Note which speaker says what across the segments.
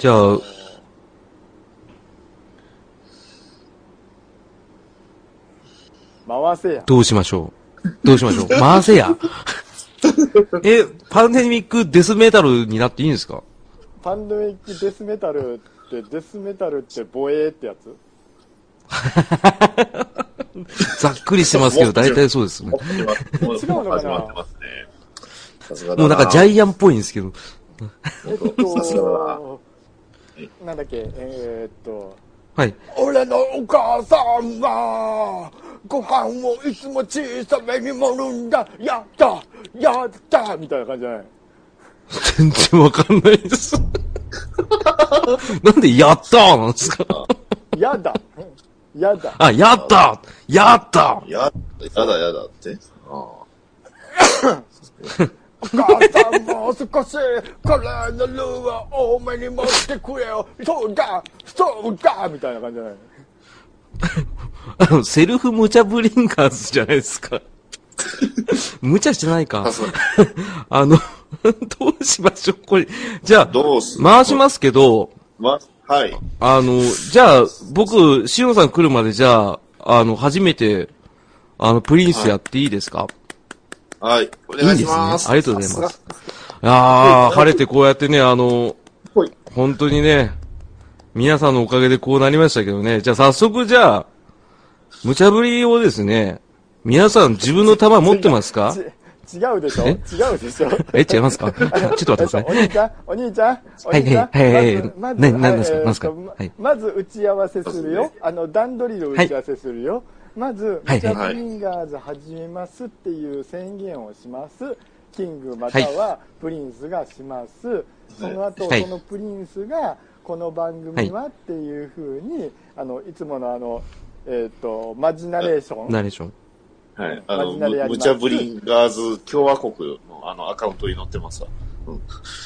Speaker 1: じゃあ、
Speaker 2: 回せや。
Speaker 1: どうしましょう。どうしましょう。回せや。え、パンデミックデスメタルになっていいんですか
Speaker 2: パンデミックデスメタルって、デスメタルって防衛ってやつ
Speaker 1: ざっくりしてますけど、大体そうですね。
Speaker 3: 持ってます。もう
Speaker 2: 違うのかな
Speaker 3: 始まってますね。さすがだ
Speaker 1: もうなんかジャイアンっぽいんですけど。
Speaker 2: えっ
Speaker 3: さすがだな
Speaker 2: と、なんだっけ、えーっと、
Speaker 1: はい。
Speaker 2: 俺のお母さんは、ご飯をいつも小さめに盛るんだ、やった、やった、みたいな感じじゃない
Speaker 1: 全然わかんないです。なんで、やったーなんですか
Speaker 2: やだ、やだ。
Speaker 1: あ、やったーやったー
Speaker 3: や、やだやだって。あ
Speaker 2: お母さんもう少し、カレーのルーは多めに持ってくれよ、そうだ、そうだ、みたいな感じじゃない
Speaker 1: あの、セルフ無茶ブリンガーズじゃないですか。無茶してない
Speaker 3: あ。
Speaker 1: か
Speaker 3: さ。すが
Speaker 1: あの、 どうしましょうこれ。じゃあ、
Speaker 3: どうす
Speaker 1: 回しますけど、
Speaker 3: ま、はい。
Speaker 1: あの、じゃあ、僕、しおんさん来るまでじゃあ、あの、初めて、あの、プリンスやっていいですか、
Speaker 3: はい。お
Speaker 1: い、い
Speaker 3: 願い
Speaker 1: ん
Speaker 3: し
Speaker 1: ですね。
Speaker 3: ま
Speaker 1: あ
Speaker 3: す。
Speaker 1: りがとうございま
Speaker 3: さ
Speaker 1: す。ああ、晴れてこうやってね、あの、
Speaker 3: すが。ほい。
Speaker 1: 本当にね、皆さんのおかげでこうなりましたけどね。じゃあ早速じゃあ、無茶ぶりをですね、皆さん自分の玉持ってます か
Speaker 2: ち違うでしょ違
Speaker 1: え
Speaker 2: うでしょ
Speaker 1: え、違いますか ちょっと待ってください
Speaker 2: お。兄ちゃん、お兄ちゃん、お
Speaker 1: い
Speaker 2: 兄ちゃん。
Speaker 1: はいはいはい
Speaker 2: まず
Speaker 1: なな
Speaker 2: ま
Speaker 1: なんす
Speaker 2: ず
Speaker 1: か
Speaker 2: えー
Speaker 1: なんすか
Speaker 2: とま
Speaker 1: はい
Speaker 2: まず打ち合わせする
Speaker 3: そう
Speaker 2: よ
Speaker 3: で。
Speaker 2: あの、段取りの打ち合わせするよ。まず、
Speaker 1: はい
Speaker 2: ムチャブリンガーズ始めますっていう宣言をします。キングまたはプリンスがします。その後、
Speaker 1: はい
Speaker 2: そのプリンスが、この番組はっていうふうに、あの、いつものあの、えっ、と、マジナレーション。
Speaker 1: ナレーション。
Speaker 3: はい。あ
Speaker 2: マ
Speaker 3: の、
Speaker 2: ジナでや
Speaker 3: む
Speaker 2: ります
Speaker 3: 無茶ぶりガーズ共和国のあのアカウントに載ってますわ。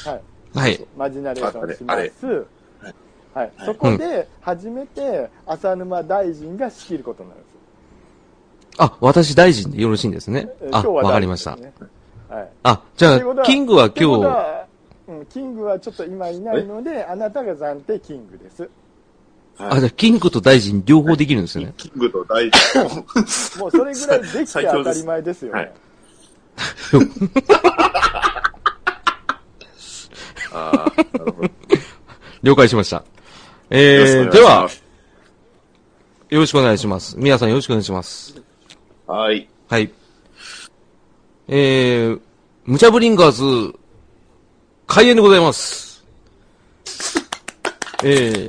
Speaker 2: はい。
Speaker 1: はい。
Speaker 2: マジナレーションします。はい、
Speaker 3: はい
Speaker 2: そこで初めて浅沼大臣が仕切ることになるんです。
Speaker 1: あ、私大臣でよろしいんですね
Speaker 2: えー。
Speaker 1: あ、わかり
Speaker 2: 大
Speaker 1: まし
Speaker 2: 臣
Speaker 1: た
Speaker 2: で。すねはい。
Speaker 1: あ、じゃ
Speaker 2: ということ
Speaker 1: あ、キングは
Speaker 2: ということ
Speaker 1: 今
Speaker 2: はうん、キングはちょっと今いないので、あなたが暫定キングです。
Speaker 1: 日、あ、じゃあキングと大臣両方できるんですよね。
Speaker 3: キングと大臣。
Speaker 2: もうそれぐらいできて
Speaker 3: 最強
Speaker 2: 当
Speaker 3: です
Speaker 2: たり前ですよね。
Speaker 3: はいああ、なるほど。
Speaker 1: 了解しました。
Speaker 3: よ
Speaker 1: え
Speaker 3: ろしくお願いし
Speaker 1: ー、
Speaker 3: ます
Speaker 1: では、、よろしくお願いします。皆さんよろしくお願いします。
Speaker 3: はい。
Speaker 1: はい。えー、ムチャブリンガーズ、開演でございます。えー、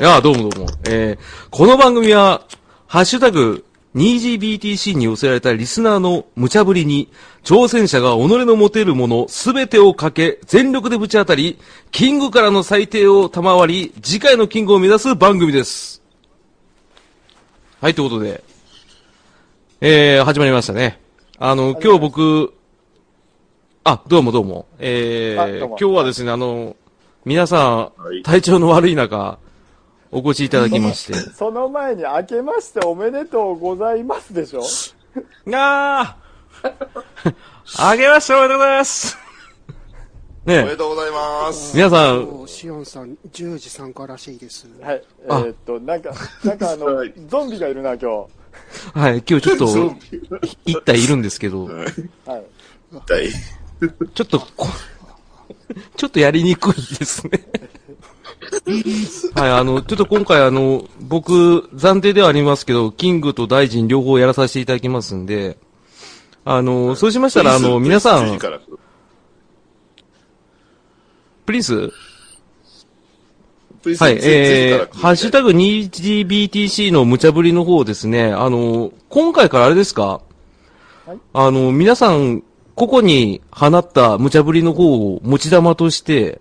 Speaker 1: いやあ、どうもどうも。えー、この番組は、ハッシュタグ、2GBTC に寄せられたリスナーの無茶ぶりに、挑戦者が己の持てるものすべてをかけ、全力でぶち当たり、キングからの最低を賜り、次回のキングを目指す番組です。はい、ということで、えー、始まりましたね。あの、今日僕、あ、どうもどうも。え
Speaker 2: あ
Speaker 1: ー、
Speaker 2: どうも
Speaker 1: 今日はですね、あの、皆さん、
Speaker 3: はい
Speaker 1: 体調の悪い中、お越しいただきまして。
Speaker 2: その前に、明けましておめでとうございますでしょ
Speaker 1: あ ああげましておめでとうございますね
Speaker 3: おめで
Speaker 1: え、
Speaker 3: とうございます。
Speaker 1: 皆さん、
Speaker 4: もうシオンさん、10時参加らしいです。
Speaker 2: はい。え
Speaker 1: あ
Speaker 2: ーっと、なんか、なんかあ の
Speaker 3: はい、
Speaker 2: ゾンビがいるな、今日。
Speaker 1: はい、今日ちょっと
Speaker 3: ゾン、
Speaker 1: 一体いるんですけど、
Speaker 2: はい。
Speaker 3: 大
Speaker 1: ちょっとこ、 ちょっとやりにくいですね。はい、あの、ちょっと今回あの、僕、暫定ではありますけど、キングと大臣両方やらさせていただきますんで、あの、そうしましたら、あの、皆さ
Speaker 3: 10時
Speaker 1: ん、
Speaker 3: から来る
Speaker 1: プリンス
Speaker 3: プリンス
Speaker 1: はい、
Speaker 3: 10時から
Speaker 1: え
Speaker 3: 来
Speaker 1: ー、
Speaker 3: る
Speaker 1: ハッシュタグ 2GBTC の無茶ぶりの方ですね、あの、今回からあれですか、
Speaker 2: はい
Speaker 1: あの、皆さん、個々に放った無茶ぶりの方を持ち玉として、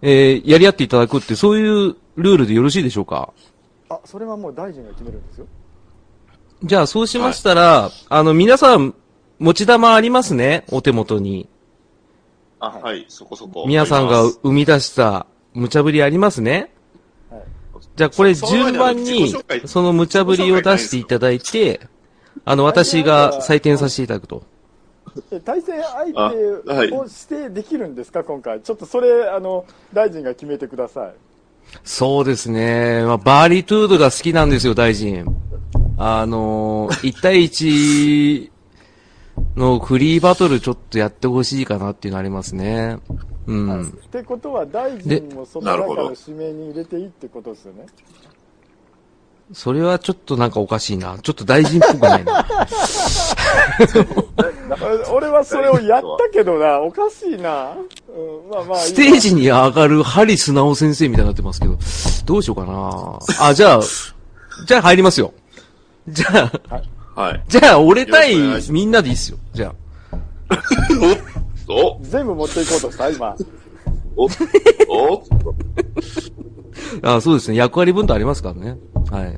Speaker 1: えー、やり合っていただくって、そういうルールでよろしいでしょうか
Speaker 2: あ、それはもう大臣が決めるんですよ。
Speaker 1: じゃあ、そうしましたら、あの、皆さん、持ち玉ありますね、お手元に。
Speaker 3: あ、はい、そこそこ。
Speaker 1: 皆さんが生み出した無茶ぶりありますね
Speaker 2: はい。
Speaker 1: じゃあこれ
Speaker 3: そ
Speaker 1: 順
Speaker 3: の前にあの
Speaker 1: 番に
Speaker 3: 自己紹介、
Speaker 1: その無茶ぶりを出していただいて、あの、私が採点させていただくと。
Speaker 2: え対戦相
Speaker 3: あはい
Speaker 2: 手を指定できるんですか、今回。ちょっとそれ、あの、大臣が決めてください。
Speaker 1: そうですね。まあ、バーリトゥードが好きなんですよ、大臣。あのー、1対1のフリーバトルちょっとやってほしいかなっていうのありますね。うん。
Speaker 2: ってことは、大臣もその
Speaker 3: なる
Speaker 2: 中
Speaker 3: ほど
Speaker 2: の指名に入れていいってことですよね。
Speaker 1: それはちょっとなんかおかしいな。ちょっと大臣っぽくないな。
Speaker 2: あ俺はそれをやったけどな、おかしいな。うん、まあまあいいわ
Speaker 1: ステージに上がるハリスナオ先生みたいになってますけど、どうしようかな。あ、じゃあ、じゃあ入りますよ。じゃあ、
Speaker 3: はい。
Speaker 1: じゃあ俺対みんなでいいっすよ。じゃあ。
Speaker 3: お
Speaker 2: 全部持っていこうとした、今。
Speaker 3: おお
Speaker 1: あそうですね。役割分担ありますからね。はい。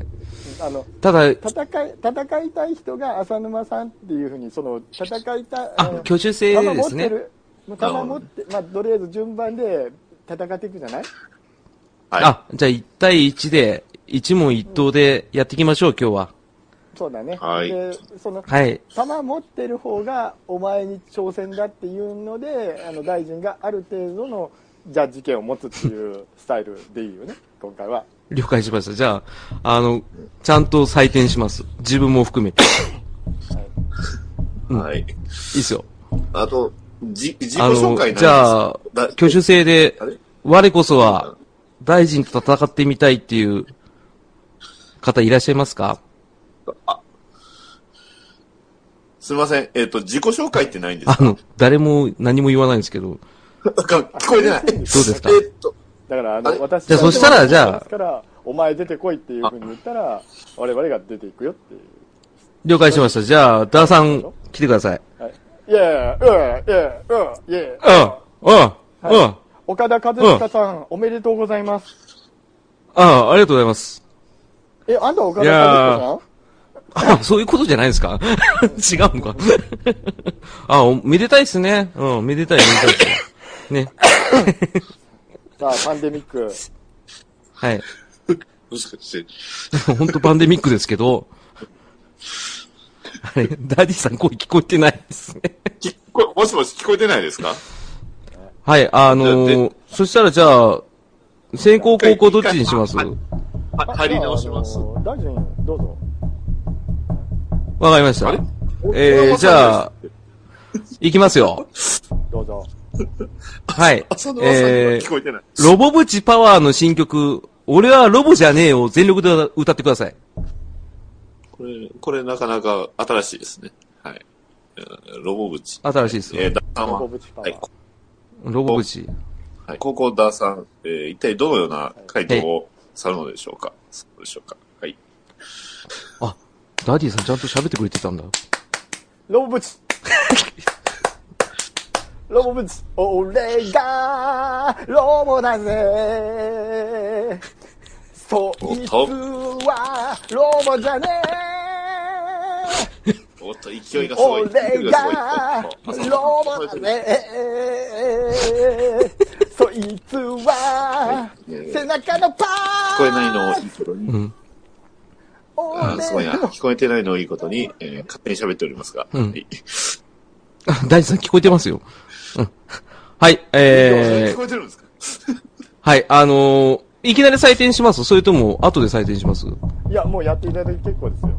Speaker 2: あの、
Speaker 1: ただ、
Speaker 2: 戦い、戦いたい人が浅沼さんっていうふうに、その、戦いたい、
Speaker 1: あ
Speaker 2: の、
Speaker 1: 挙手制
Speaker 2: 弾
Speaker 1: で
Speaker 2: 持
Speaker 1: で
Speaker 2: っ
Speaker 1: す
Speaker 2: て
Speaker 1: ね。
Speaker 2: る、弾持って、まあ、とりあえず順番で戦っていくじゃない
Speaker 3: はい。
Speaker 1: あ、じゃあ1対1で、一問一答でやっていきましょう、今日は。
Speaker 2: そうだね。
Speaker 3: はい
Speaker 2: で、その、
Speaker 1: はい。
Speaker 2: 弾持ってる方がお前に挑戦だっていうので、あの、大臣がある程度のジャッジ権を持つっていうスタイルでいいよね、今回は。
Speaker 1: 了解しました。じゃあ、あの、ちゃんと採点します。自分も含めて。い
Speaker 3: はい。
Speaker 1: いっすよ。
Speaker 3: あと、じ、自己
Speaker 1: あ
Speaker 3: 紹
Speaker 1: の
Speaker 3: 介なんです、か
Speaker 1: じゃあ
Speaker 3: だ、
Speaker 1: 挙手制で
Speaker 3: あれ、
Speaker 1: 我こそは、大臣と戦ってみたいっていう方いらっしゃいますか
Speaker 3: すみません。えっ、と、自己紹介ってないんです
Speaker 1: あ
Speaker 3: か
Speaker 1: の、誰も何も言わないんですけど、どう
Speaker 3: あかん聞こえてない。どうです
Speaker 1: か
Speaker 3: えっ、と、
Speaker 2: だから、あ
Speaker 3: あれ
Speaker 2: の、私
Speaker 1: じゃあそしたらじゃあ
Speaker 2: 私から、お前出てこいっていうふうに言ったら、我々が出ていくよっていう。
Speaker 1: 了解しました。じゃあ、ダーさん、来てください。
Speaker 2: はい。いやいや、いやいや、いや、
Speaker 1: うん、うん、うん。
Speaker 2: 岡田和親さん、おめでとうございます。
Speaker 1: ああ、ありがとうございます。
Speaker 2: え、あんた岡
Speaker 1: い
Speaker 2: 田
Speaker 1: やー
Speaker 2: 和
Speaker 1: あそういうことじゃないですか 違うのか あ、おめでたいっすね。うん、めでたい、めでたいっすね。ね。
Speaker 2: 親さんさあ、パンデミック。
Speaker 1: はい。
Speaker 3: もしかして、
Speaker 1: ほんとパンデミックですけど、 あれ、ダディさん声聞こえてないですね。
Speaker 3: 聞こえ、もしもし聞こえてないですか
Speaker 1: はい、あの
Speaker 3: だっ
Speaker 1: ー、そしたらじゃあ、先行高校どっちにします
Speaker 3: は
Speaker 1: わ
Speaker 3: い
Speaker 1: か
Speaker 3: は入り直します
Speaker 2: あ。の大臣、どうぞ。
Speaker 1: りまし
Speaker 3: あ
Speaker 1: た
Speaker 3: れ。
Speaker 1: えー、じゃあ、行きます よ。
Speaker 2: どうぞ。
Speaker 1: はい。
Speaker 3: 浅沼さんには
Speaker 1: え
Speaker 3: 聞
Speaker 1: ー、
Speaker 3: こえてない。
Speaker 1: ロボブチパワーの新曲、俺はロボじゃねえを全力で歌ってください。
Speaker 3: これ、これなかなか新しいですね。はい。えーロボブチ。
Speaker 1: 新しいですよ
Speaker 3: えー、ダーさん
Speaker 2: ロ
Speaker 3: は
Speaker 2: ボブチパワー
Speaker 3: はい
Speaker 1: ロボブチ。
Speaker 3: はい、高校ダーさん、えー一体どのような回答をされるのでしょうかそうでしょうかはい。
Speaker 1: あ、ダディさんちゃんと喋ってくれてたんだ。
Speaker 2: ロボブ チロボブチ俺がロボだぜそいつはロボじゃね
Speaker 3: おっと、勢い
Speaker 2: え
Speaker 3: がすごい。勢い
Speaker 2: 俺が
Speaker 3: がすごい。
Speaker 2: ロボだぜそいつは背中のパ
Speaker 3: 聞こえないのを
Speaker 2: ー
Speaker 3: いいことに、あーすごい
Speaker 2: 俺
Speaker 3: な。聞こえてないのをいいことに、えー勝手に喋っておりますが。
Speaker 1: うん
Speaker 3: はい
Speaker 1: あダディさん聞こえてますよ。うん。はい、えー、
Speaker 3: 聞こえてるんですか
Speaker 1: はい、あのー、いきなり採点しますそれとも、後で採点します
Speaker 2: いやもうやっていただいて結構ですよ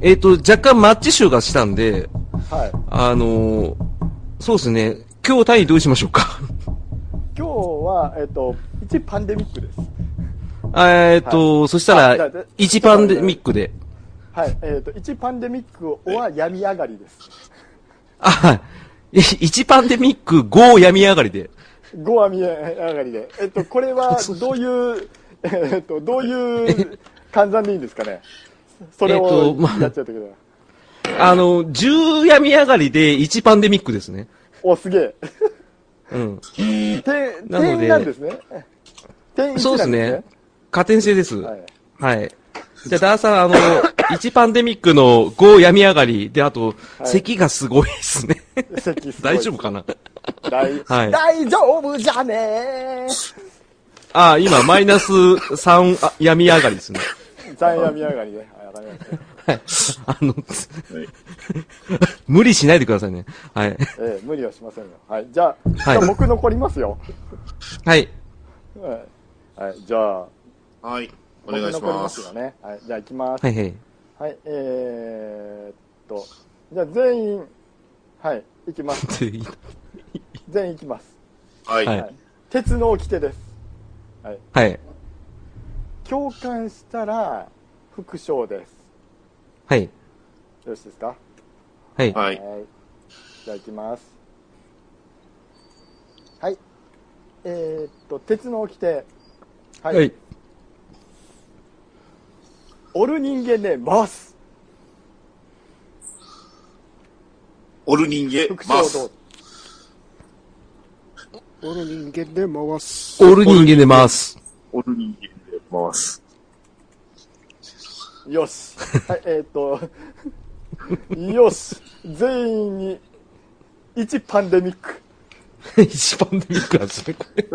Speaker 1: えっ、と、若干マッチ集がしたんで、
Speaker 2: はい
Speaker 1: あのー、そうですね。今日単位どうしましょうか
Speaker 2: 今日は、えっと、一パンデミックです。
Speaker 1: えっと、そした
Speaker 2: あじ
Speaker 1: ら
Speaker 2: ゃあじゃあ、
Speaker 1: 1パンデミックで。
Speaker 2: はい、えっと、一パンデミックは病み上がりです。
Speaker 1: あ、はい。1パン デミック5病み上がりで。
Speaker 2: 5は見え上がりで。えっと、これ はどういう、えっと、どういう換算でいいんですかね。それ
Speaker 1: えっと
Speaker 2: を
Speaker 1: まあ
Speaker 2: やっちゃってください。
Speaker 1: あの、10病み上がりで1パンデミックですね。
Speaker 2: お、すげ
Speaker 1: うん。
Speaker 2: え。点、
Speaker 1: なので
Speaker 2: 点なんですね。点1なんですね。
Speaker 1: そうですね。加点制です。
Speaker 2: は。
Speaker 1: はいい。じゃあ、ダーさん、あの、1パンデミックの5病み上がりで、あと、咳がすごいですね。
Speaker 2: 席すごい
Speaker 1: 大丈夫かな
Speaker 2: 大,、
Speaker 1: はい
Speaker 2: 大丈夫じゃねえ。
Speaker 1: あ、今、マイナス3あ病み上がりですね。
Speaker 2: 残闇上がりで。はい、わかりました。
Speaker 1: あの、無理しないでくださいね。はい。
Speaker 2: ええ無理はしませんよ。はい、じゃあ、じ
Speaker 1: はい
Speaker 2: ゃあ僕残りますよ。
Speaker 1: はい。
Speaker 2: はい、はい、じゃあ、
Speaker 3: はい。お
Speaker 2: 僕
Speaker 3: 願いし
Speaker 2: 残り
Speaker 3: ま
Speaker 2: ます
Speaker 3: す
Speaker 2: よ。ね。はい、じゃあ行きます。
Speaker 1: はいはい。
Speaker 2: はい、えー、っと、じゃあ全員、はい、行きます。全員行きます。
Speaker 3: はい。
Speaker 1: は
Speaker 3: はいい。
Speaker 2: 鉄の掟です。
Speaker 1: はい。
Speaker 2: 共感したら、副賞です。
Speaker 1: はい。
Speaker 2: よろしいですか
Speaker 1: はい。
Speaker 3: はい。
Speaker 2: じゃあ行きます。はい。えー、っと、鉄の掟。はい。
Speaker 1: はい。
Speaker 2: おる人間で回す。
Speaker 3: おる人間、
Speaker 2: 副賞
Speaker 3: ま
Speaker 2: どう
Speaker 3: す
Speaker 2: ぞ。
Speaker 4: おる人間で回す。
Speaker 1: オール人間で回す。
Speaker 3: おる人間で回す。
Speaker 2: よし。はい、えー、っと、よし。全員に、一パンデミック。
Speaker 1: 一番で見ください、これ。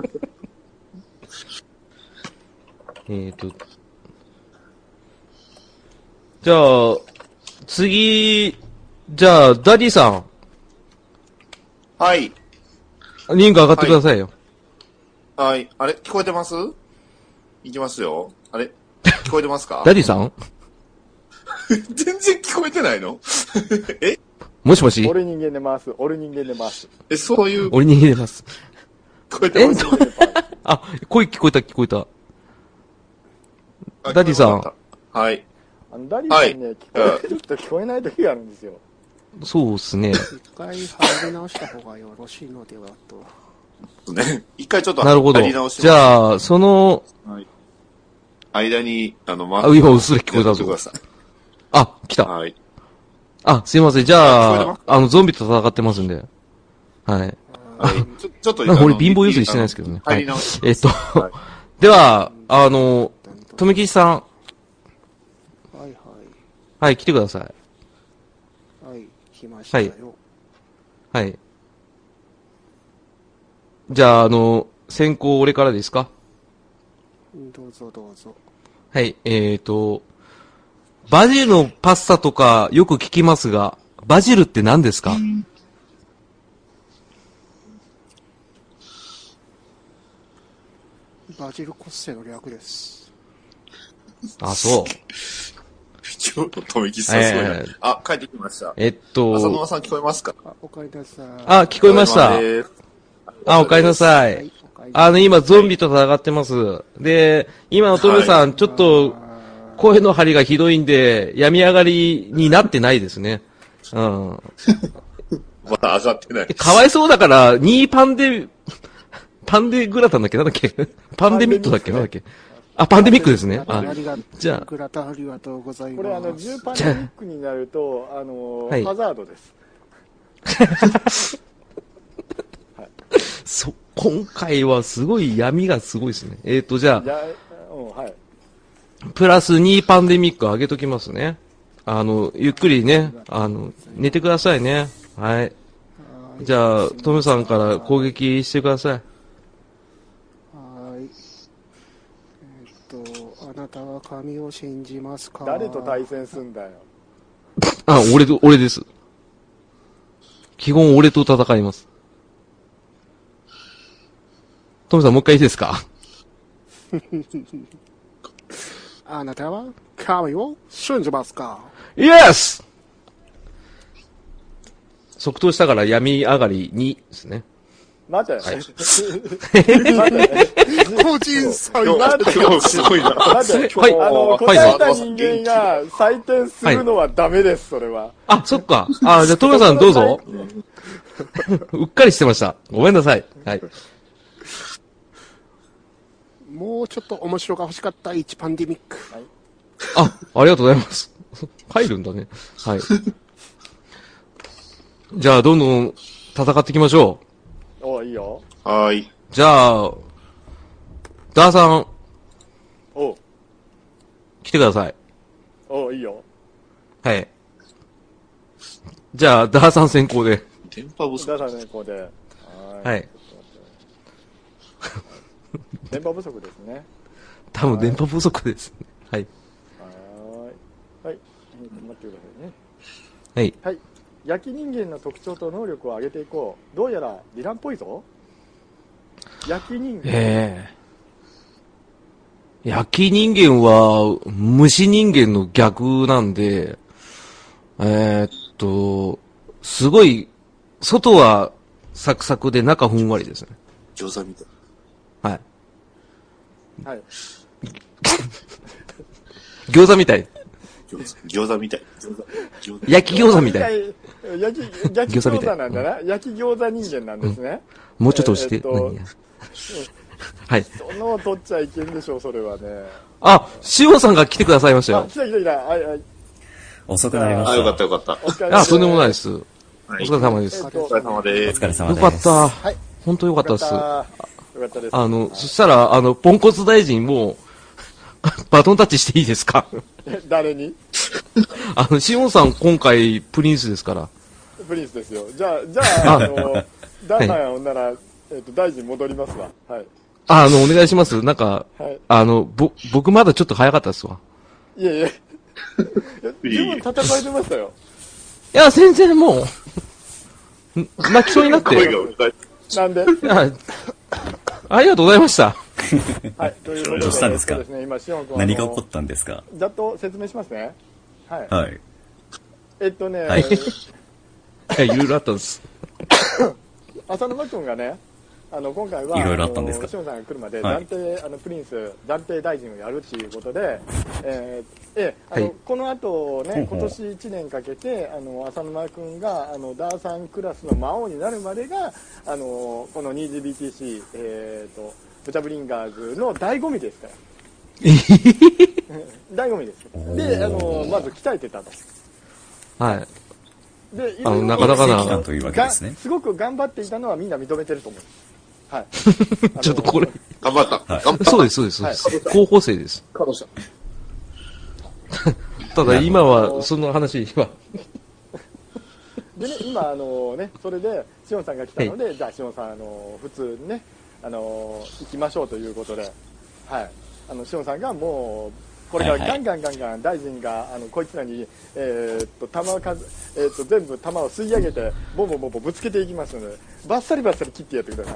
Speaker 1: えっと。じゃあ、次、じゃあ、ダディさ
Speaker 3: はい。
Speaker 1: ん、リンク上がってくださいよ。
Speaker 3: はい。あれ聞こえてますいきますよ。あれ聞こえてますか
Speaker 1: ダディさん
Speaker 3: 全然聞こえてないのえ
Speaker 1: もしもし
Speaker 2: おる人間で回す。おる人間で回す。
Speaker 3: え、そういう、聞
Speaker 1: 俺に入れます。
Speaker 3: こえてます
Speaker 1: えあ、声聞こえた、聞こえた。
Speaker 3: あ
Speaker 1: ダディさん。
Speaker 3: 聞こえなかったはい。
Speaker 2: あの、ダリーさんね、
Speaker 3: は
Speaker 2: 聞
Speaker 3: い
Speaker 2: こえると聞こえない時があるんですよ。
Speaker 1: そうっす ね。
Speaker 4: 一回入り直した方がよろしいのではと。
Speaker 3: ね。一回ちょっと、
Speaker 1: なるほど。
Speaker 3: やり直します
Speaker 1: じゃあ、その、
Speaker 3: 間に、あの、ま
Speaker 1: あ、今うっすら聞こえた
Speaker 3: やってく
Speaker 1: ぞ
Speaker 3: だ。さい
Speaker 1: あ、来た。
Speaker 3: はい。
Speaker 1: あ、すいません。じ
Speaker 3: あ聞こえ
Speaker 1: ゃ
Speaker 3: てま
Speaker 1: あ
Speaker 3: す、
Speaker 1: あの、ゾンビと戦ってますんで。はい。
Speaker 3: はい。ちょ、ちょっと、
Speaker 1: なんか俺
Speaker 3: あの
Speaker 1: 貧乏ゆすりしてないですけどね
Speaker 3: あの入り直し。
Speaker 1: えっと
Speaker 3: はい、
Speaker 1: では、あの、とめきちさん、
Speaker 4: はい
Speaker 1: はい、来てください。
Speaker 4: はい。はい、来ましたよ。
Speaker 1: はい。じゃあ、あの、先行俺からですか
Speaker 4: どうぞどうぞ。
Speaker 1: はい、えっ、ー、と、バジルのパスタとかよく聞きますが、バジルって何ですか
Speaker 4: バジルコッセの略です。
Speaker 1: あ、そう。
Speaker 3: ちょっと、とめきさん、すごいな
Speaker 1: ええ
Speaker 3: あ、帰ってきました。
Speaker 1: えっ
Speaker 3: 浅沼
Speaker 1: と、
Speaker 3: さん聞こえますか
Speaker 4: あ、おかえりなさい。
Speaker 1: あ、聞こえました
Speaker 3: お。疲れ様です
Speaker 1: あ、おかえりなさ。、
Speaker 4: はいおかえりなさい
Speaker 1: あの、今、ゾンビと戦ってます。で、今のトメさん、ちょっと、声の張りがひどいんで、病み上がりになってないですね。うん。
Speaker 3: まだ上がってない。
Speaker 1: かわいそうだから、2パンデ、パンデグラタンだっけなんだっけ パンデミットだっけなんだっけあ、パンデミックですね。
Speaker 4: あ
Speaker 1: あ
Speaker 4: りがとう。
Speaker 1: じゃあ
Speaker 4: グラタンありがとうございま
Speaker 2: こ
Speaker 4: す。
Speaker 2: れ、あの、10パンデミックになると、あの、
Speaker 1: はい
Speaker 2: ハザードです。
Speaker 1: そ、今回はすごい闇がすごいですね。えっ、と、じゃ
Speaker 2: いや、うん、はい。
Speaker 1: あ、プラス2パンデミック上げときますね。あの、ゆっくりね、あの、寝てくださいね。はい。
Speaker 4: はい
Speaker 1: じゃあ、トムさんから攻撃してください。
Speaker 4: はい。えーっと、あなたは神を信じますか
Speaker 2: 誰と対戦すんだよ。
Speaker 1: あ、俺と、俺です。基本俺と戦います。トムさんもう一回いいですか
Speaker 4: あなたは神を信じますか
Speaker 1: イエス即答したから闇上がり2ですね。
Speaker 2: 待て。
Speaker 1: い
Speaker 2: 待て。
Speaker 4: 個人差
Speaker 3: 今
Speaker 2: なん
Speaker 3: 日、
Speaker 2: で
Speaker 3: 今日すごいな。
Speaker 2: 待 て。
Speaker 1: はい
Speaker 2: あの、
Speaker 1: はい
Speaker 2: 答えた人間が採点するのはダメです、それは。
Speaker 1: あ、そっか。あ、じゃあトムさんどうぞ。うっかりしてました。ごめんなさい。はい。
Speaker 4: もうちょっと面白が欲しかった1パンデミック。
Speaker 1: あ、ありがとうございます。入るんだね。はい。じゃあ、どんどん戦っていきましょ
Speaker 2: おいいよ。
Speaker 3: はい。
Speaker 1: う。じゃあ、ダーさん、
Speaker 2: お
Speaker 1: 来てください。
Speaker 2: おいいよ。
Speaker 1: はい。じゃあ、ダーさん先行で。
Speaker 3: 電波不足
Speaker 2: だからね、こうで。。
Speaker 1: はいい。
Speaker 2: 電波不足ですね。
Speaker 1: 多分電波不足です。はい。
Speaker 2: はーい。はい。えっと待ってくださいね。
Speaker 1: はい。
Speaker 2: はい。焼き人間の特徴と能力を上げていこう。どうやらヴィランっぽいぞ。焼き人間。
Speaker 1: ええ焼き人間は、虫人間の逆なんで、えーっと、すごい、外はサクサクで中ふんわりですね。
Speaker 3: 餃子みたい。
Speaker 1: はい。
Speaker 2: はい。
Speaker 1: 餃子みたい。
Speaker 3: 餃子餃子みたい。餃子餃子
Speaker 1: 焼き餃子みたい。
Speaker 2: い。焼き、焼き
Speaker 1: 餃子みた
Speaker 2: 餃
Speaker 1: い
Speaker 2: 子なんだな。焼き餃子人間なんですね。
Speaker 1: もうちょっと押して。
Speaker 2: えーっと
Speaker 1: 何やはい。
Speaker 2: そのを取っちゃいけんでしょう、それはね。
Speaker 1: あ、塩さんが来てくださいました
Speaker 2: あ、
Speaker 1: よ
Speaker 2: 来。た来た来た。はいはい。
Speaker 5: 遅くなりま
Speaker 3: あ、
Speaker 5: した。
Speaker 3: よかったよかった。
Speaker 2: お疲れ様です
Speaker 1: あ、とんでもないです。お
Speaker 3: はい、
Speaker 1: 疲れ様で
Speaker 2: え
Speaker 1: す。
Speaker 2: っ
Speaker 1: よ
Speaker 2: と、
Speaker 3: お疲れ様で
Speaker 5: お
Speaker 3: す。
Speaker 5: 疲れ様です。
Speaker 1: かった
Speaker 2: い。
Speaker 1: 本当よかった
Speaker 2: よ
Speaker 1: です
Speaker 2: かっ。た。よかったです。
Speaker 1: あの、そしたら、あの、ポンコツ大臣も、 バトンタッチしていいですか
Speaker 2: 誰に
Speaker 1: あの、シオンさん今回プリンスですから。
Speaker 2: プリンスですよ。じゃあ、じゃあ、あの、ダン
Speaker 1: は
Speaker 2: ナンなら、えっと、大臣戻りますわ。はい。
Speaker 1: ああの、お願いします。なんか、
Speaker 2: はい。
Speaker 1: あの、ぼ、僕まだちょっと早かったですわ。
Speaker 2: いやいや。十分戦えてましたよ。
Speaker 1: いや、全然も う、ん泣きそうになっ
Speaker 3: 声
Speaker 1: て。
Speaker 3: が歌い
Speaker 2: なんで
Speaker 1: あありがとうございました。
Speaker 2: はい、ということで、
Speaker 5: どうしたんですか
Speaker 2: えっとね、今、シオン君、
Speaker 5: 何が起こ
Speaker 2: っ
Speaker 5: ったんですか
Speaker 2: たざっと説明しますね。はい。
Speaker 5: はい。
Speaker 2: えっとね、
Speaker 5: はい
Speaker 1: いやいろいろあったんです。
Speaker 2: 浅沼君がね、あの今回は、
Speaker 5: いろいろあったんですか
Speaker 2: あのシオンさんが来るまで、
Speaker 5: はい
Speaker 2: 暫定あのプリンス、暫定大臣をやるっていうことで、えーえーあの
Speaker 1: はい
Speaker 2: この後
Speaker 5: ほう
Speaker 2: ね、
Speaker 5: ほう
Speaker 2: 今年1年かけて、あの浅沼君があのダーサンクラスの魔王になるまでが、あのこの 2GBTC、えー、とブチャブリンガーズの醍醐味ですから。 醍醐味です。で、あのまず鍛えてたと。
Speaker 1: はい。
Speaker 2: で、
Speaker 1: あの
Speaker 2: いろいろ
Speaker 1: なかなかな
Speaker 5: 期間というわけですね
Speaker 2: がすごく頑張っていたのはみんな認めてると思う。 はい。
Speaker 1: ちょっとこれ、
Speaker 3: 頑張った。頑張った。
Speaker 1: そうです、そうです、そうです。高校生です。ただ今は、その話は、
Speaker 2: でね、今、あのね、それで、しおんさんが来たので、じゃあ、しおんさん、あの普通にね、あの行きましょうということで、はい。あの、しおんさんがもう、これか
Speaker 5: は
Speaker 2: ら
Speaker 5: いは
Speaker 2: ガ
Speaker 5: い
Speaker 2: ンガンガンガン大臣が、あの、こいつらに、えーっと、弾を数、えーっと、全部弾を吸い上げて、ボンボンボンボンぶつけていきますので、バッサリバッサリ切ってやってくださ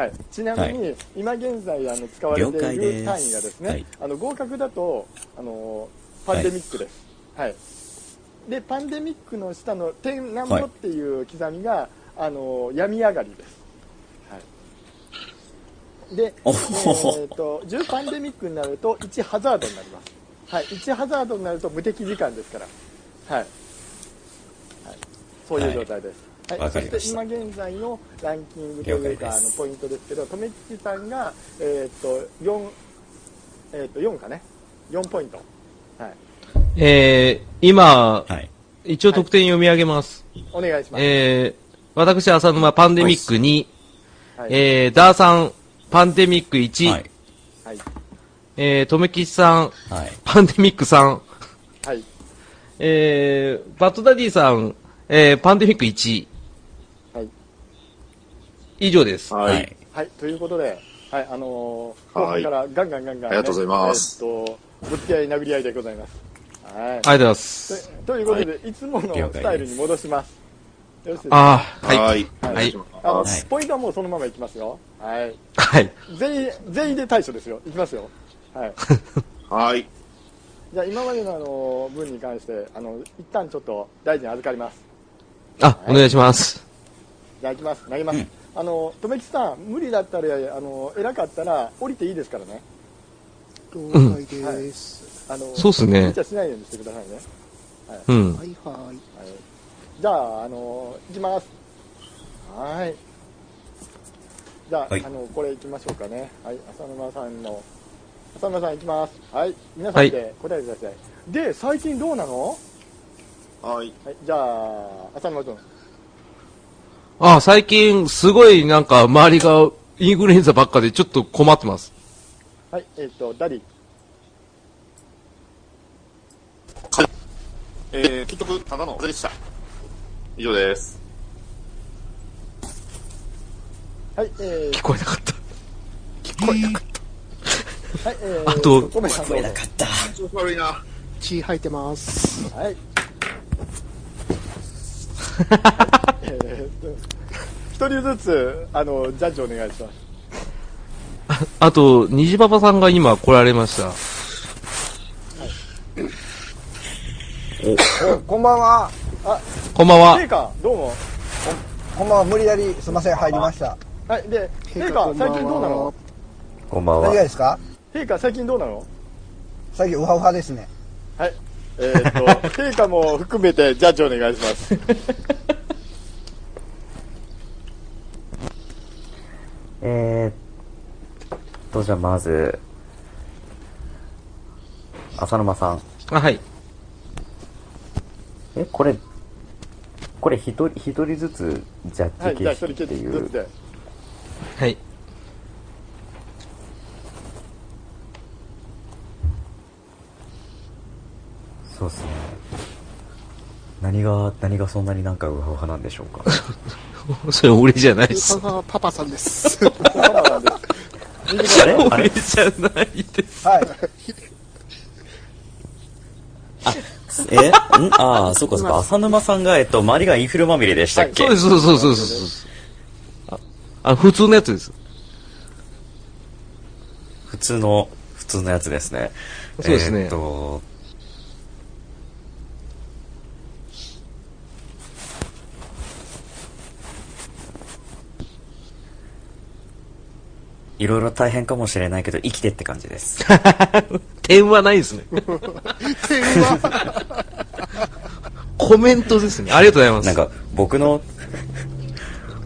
Speaker 2: い。はい。ちなみに、今現在、あの、使われて
Speaker 5: 了解
Speaker 2: い
Speaker 5: で
Speaker 2: る
Speaker 5: す
Speaker 2: 単位がですね、
Speaker 5: はい
Speaker 2: あの、合格だと、あのパンデミックです。はいでパンデミックの下の天南
Speaker 5: はい
Speaker 2: ボっていう刻みが、あの病み上がりです。はい、で、え
Speaker 5: おほほ
Speaker 2: ー、と10パンデミックになると1ハザードになります。はい、1ハザードになると無敵時間ですから。はい。はい、そういう状態です。はい、
Speaker 5: わ
Speaker 2: そ
Speaker 5: かり
Speaker 2: し
Speaker 5: ま
Speaker 2: て
Speaker 5: した
Speaker 2: 今現在のランキングという
Speaker 5: 了
Speaker 2: か
Speaker 5: 解
Speaker 2: あ
Speaker 5: で
Speaker 2: の
Speaker 5: す
Speaker 2: ポイントですけど、とめきちさんがえっ、と4えっ、と4かね、4ポイント。はい、
Speaker 1: えー、今、
Speaker 5: はい。
Speaker 1: 一応得点読み上げます。
Speaker 2: お願いします。
Speaker 1: えー、私、浅沼、パンデミック2、
Speaker 2: はい
Speaker 1: えー、ダーさん、パンデミック1、
Speaker 5: はい。
Speaker 2: はい。
Speaker 1: えー、とめきちさん、
Speaker 5: はい。
Speaker 1: パンデミック3、
Speaker 2: はい。
Speaker 1: えー、バッドダディさん、えー、パンデミック1。
Speaker 2: はい。
Speaker 1: 以上です。
Speaker 5: は
Speaker 3: はい。
Speaker 5: い。
Speaker 2: はい、ということで、はい、あのー、
Speaker 3: は
Speaker 2: 後半
Speaker 3: い
Speaker 2: からガンガンガンガン、
Speaker 3: ありがとうございます。
Speaker 2: えっと、ぶつけ合い、殴り合いでございます。はい。
Speaker 1: ありがとうございます。
Speaker 2: とということで、い、つものスタイルに戻します。よろしいですか
Speaker 1: あー、はい。
Speaker 3: はい。お
Speaker 1: い
Speaker 3: 願いしま
Speaker 2: あの、
Speaker 5: はい
Speaker 2: ポイントはもうそのままいきますよ。はい。
Speaker 1: はい。
Speaker 2: 全員、全員で対処ですよ。いきますよ。はい。
Speaker 3: すはい。
Speaker 2: じゃあ、今までのあのー、分に関して、あの、一旦ちょっと大臣預かります。
Speaker 1: あ、お願いします。
Speaker 2: じゃあ、行きます。投げます。
Speaker 5: うん
Speaker 2: あの、とめきちさん、無理だったり、あの、偉かったら、降りていいですからね。
Speaker 4: 了解です。
Speaker 2: あの、
Speaker 1: そうっすね
Speaker 2: 無茶しないようにしてくださいね。
Speaker 1: うん
Speaker 4: は。いはい。
Speaker 2: じゃあ、あの行きます。はーい。じゃあ、
Speaker 5: はい
Speaker 2: あのこれ行きましょうかね。はい、浅沼さんの。浅沼さん行きます。はい、皆さんで答えてください。で、最近どうなの
Speaker 3: はい。
Speaker 2: はい、じゃあ、浅沼君。
Speaker 1: あー、最近、すごいなんか、周りがインフルエンザばっかでちょっと困ってます。
Speaker 2: はい、えっ、と、ダディ。
Speaker 3: えー、結局、ただのお世話でした。以上です。
Speaker 2: はい、え
Speaker 1: 聞こえなかった。
Speaker 2: ー、はい、えー、
Speaker 1: あと
Speaker 2: トメさんどうぞ
Speaker 5: なかった。
Speaker 3: 調子悪いな。
Speaker 4: 血吐いてます。
Speaker 2: はい。えーっと一人ずつ、あの、ジャッジお願いします。
Speaker 1: あと、虹パパさんが今来られました。
Speaker 6: おこんばんは。
Speaker 1: こんばんは
Speaker 2: 陛。下、どうも。
Speaker 6: こんばんは。無理やり、すみません、入りました。
Speaker 2: はい、で、陛下、最近どうなの
Speaker 7: こんばん
Speaker 6: 何
Speaker 7: は
Speaker 6: が。ですか
Speaker 2: 陛下、最近どうなの
Speaker 6: 最近、ウハウハですね。
Speaker 2: はい。えーっと、 陛下も含めてジャッジお願いします。
Speaker 7: えーっと、じゃあまず、浅沼さん。
Speaker 1: あ、はい。
Speaker 7: え、これ、これ一人、一人ずつジャ
Speaker 2: は
Speaker 7: ッ
Speaker 2: い、
Speaker 7: ジ
Speaker 2: じゃあ
Speaker 7: 形
Speaker 2: 一人
Speaker 7: 式
Speaker 2: ず
Speaker 7: っていう
Speaker 2: つ。で。
Speaker 1: はい。
Speaker 7: そうっすね。何が、何がそんなになんかウハウハなんでしょうか。
Speaker 1: それ俺じゃないで
Speaker 4: ウ
Speaker 1: す
Speaker 4: ハ。ウハパパさんです。
Speaker 7: あれあ
Speaker 1: 俺
Speaker 7: れ
Speaker 1: じゃないです。
Speaker 6: はい。
Speaker 7: えんああ、そうかそうか。浅沼さんが、えっと、周りがインフルまみれでしたっけ、
Speaker 1: そうです、そうそうそうそうそう。あ、あ普通のやつです。
Speaker 7: 普通の、普通のやつですね。
Speaker 1: そうですね
Speaker 7: えーっと、いろいろ大変かもしれないけど、生きてって感じです。
Speaker 1: 点はないです ね。
Speaker 4: 点は、
Speaker 1: コメントですね。ありがとうござ
Speaker 7: ないん
Speaker 1: ま
Speaker 7: か、僕の、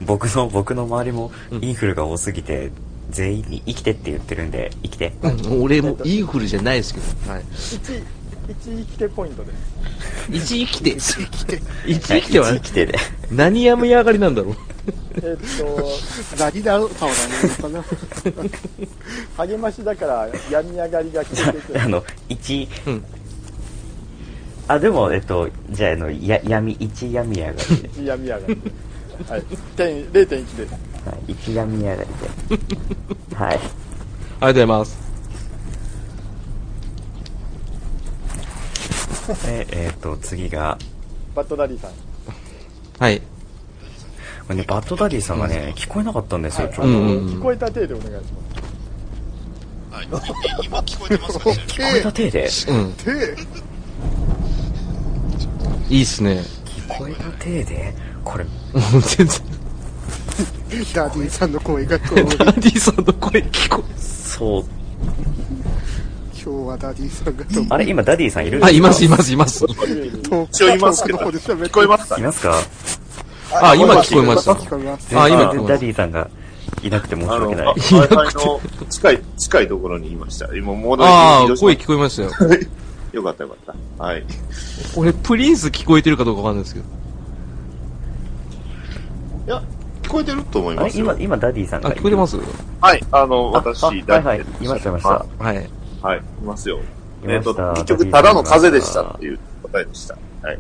Speaker 7: 僕の、僕の周りも、インフルが多すぎて、全員に生きてって言ってるんで、生きて。
Speaker 1: す。うん俺もインフルじゃないですけど。はい。
Speaker 2: 1、1生きてポイントです。
Speaker 1: 一生きて。一生きて。一生きては
Speaker 7: 生きてで。
Speaker 1: 何やむや上がりなんだろう。
Speaker 2: えーっと、
Speaker 4: 何だろう、パオさんなのか
Speaker 2: 励ましだから、病み上がりが消えてくる
Speaker 7: あ。の、一、
Speaker 1: うん
Speaker 7: あ、でも、えっと、じゃあ、あの、や、闇、一闇上がりで。
Speaker 2: 一病み上がり。はい。点0.1です。
Speaker 7: はい、一闇上がり で。はい。
Speaker 1: ありがとうございます。
Speaker 7: で、えっと、次が、
Speaker 2: バッドダディさん。
Speaker 1: はい。
Speaker 7: これね、バッドダディさんがね、聞こえなかったんですよ、ちょ
Speaker 2: あ
Speaker 7: う
Speaker 1: う
Speaker 7: ど。
Speaker 1: ん
Speaker 2: の
Speaker 1: うんうん
Speaker 2: 聞こえた程度お願いします。
Speaker 3: 今聞こえてますかね
Speaker 7: 聞こえた体で
Speaker 1: うん。いいっすね。
Speaker 7: 聞こえた体でこれ、
Speaker 1: もう全然、
Speaker 4: ダディさんの声が こう、今
Speaker 1: ダディさんの声聞こえ
Speaker 7: そう。
Speaker 4: 日はダディさんがどうも
Speaker 7: あれ、今、ダディさんいる
Speaker 1: あ、います、います、います。
Speaker 4: 遠く
Speaker 3: 一応いますけど
Speaker 4: 遠くの方で喋って
Speaker 3: 聞こえますか
Speaker 7: いますか
Speaker 1: あ、今聞こえました。
Speaker 4: 聞こえます。
Speaker 1: あ、今
Speaker 7: 全
Speaker 1: 聞
Speaker 7: 然
Speaker 1: こえ
Speaker 7: ダ
Speaker 1: ま
Speaker 7: デ
Speaker 1: し
Speaker 7: ィさんがいなくて申し
Speaker 3: あの、
Speaker 7: 訳ない。
Speaker 3: Wi-Fi の近い、近いところにいました。今、戻り
Speaker 1: た。ああ、
Speaker 3: 移動し
Speaker 1: 声聞こえましたよ。
Speaker 3: よかったよかった。はい。
Speaker 1: 俺、プリンス聞こえてるかどうかわかんないですけど。
Speaker 3: いや、聞こえてると思い
Speaker 7: あ
Speaker 3: ま
Speaker 7: れ
Speaker 3: すよ。
Speaker 7: 今、今、ダディさん
Speaker 1: あ、
Speaker 7: がいる。
Speaker 1: 聞こえてます
Speaker 3: はい、あの、
Speaker 7: あ
Speaker 3: 私、
Speaker 7: あはいはい、いました、いました。
Speaker 1: はい。
Speaker 3: た。はい、いますよ。
Speaker 7: いま
Speaker 3: えっ
Speaker 7: した
Speaker 3: と、結局、ただの風邪でしたっていう答えで した。はい。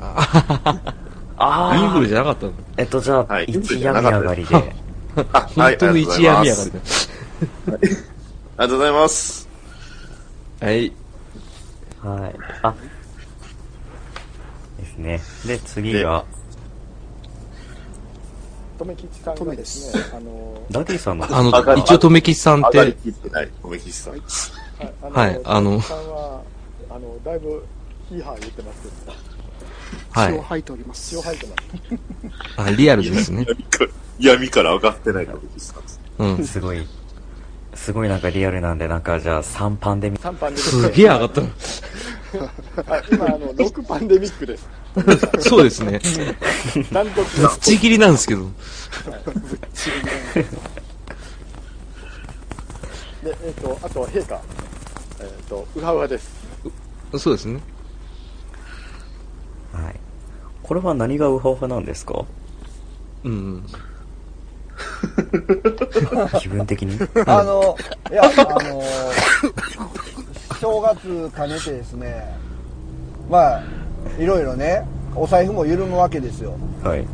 Speaker 7: ああ。
Speaker 1: インフルじゃなかったの
Speaker 7: えっと、じゃあ、
Speaker 3: はい
Speaker 7: 一夜見上がりで。
Speaker 3: あ、は
Speaker 1: 本
Speaker 3: い、
Speaker 1: 当の一夜見やが
Speaker 3: あり
Speaker 1: りだ。
Speaker 3: がとうございます。
Speaker 1: はい。
Speaker 7: はい。あ。ですね。で、次が、
Speaker 2: とめきちさんがですね、あの、
Speaker 7: ダディさんの、
Speaker 1: あの
Speaker 3: 上が、り
Speaker 1: 一応、とめきちさん
Speaker 3: あ
Speaker 1: っ
Speaker 3: りがとうございます。上がり
Speaker 1: て、
Speaker 3: きってない、ごめんなさい。
Speaker 2: あの
Speaker 1: はいあの
Speaker 2: さんは、あの、だいぶ、ヒーハー言ってますけど、
Speaker 1: は
Speaker 4: 血を
Speaker 1: い。
Speaker 4: 吐いております
Speaker 2: 血を。吐いてます。
Speaker 1: あ、リアルですね。
Speaker 3: 闇から、闇から上がってないとめきさんです。
Speaker 1: うん。
Speaker 7: すごい、すごいなんかリアルなんで、なんか、じゃあ、3パンで見、
Speaker 2: 3パンデミック。
Speaker 1: すげえ上 がったの。
Speaker 2: はい、今、あの、6パンデミックです。
Speaker 1: そうですね。
Speaker 2: 断トツ
Speaker 1: ぶっちぎりなんですけど。
Speaker 2: で、えっ、と、あとは陛下。えっ、と、ウハウハです。
Speaker 1: そうですね。
Speaker 7: はい。これは何がウハウハなんですか
Speaker 1: うん。
Speaker 7: 気分的に
Speaker 6: あの、いや、あの、正月兼ねてですね、まあ、いろいろね、お財布も緩むわけですよ。
Speaker 7: はい。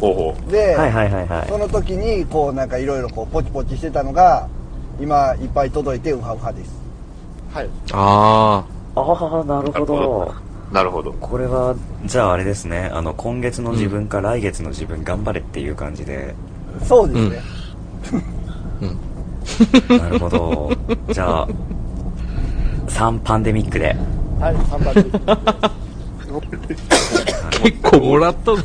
Speaker 3: ほうほう。
Speaker 6: で、
Speaker 7: はいはいはいはい
Speaker 6: そ。の時に、こう、なんかいろいろこう、ポチポチしてたのが、今、いっぱい届いて、ウハウハです。
Speaker 2: はい。
Speaker 1: ああ。
Speaker 7: ああ、な
Speaker 3: なる
Speaker 7: るほ
Speaker 3: ほ
Speaker 7: ど。
Speaker 3: なるほど。
Speaker 7: これは、じゃああれですね、あの、今月の自分か来月の自分頑張れっていう感じで、
Speaker 6: そうですね。
Speaker 7: なるほど。じゃあ、3パンデミックで。
Speaker 2: はい、3番です。
Speaker 1: 結構もらったな。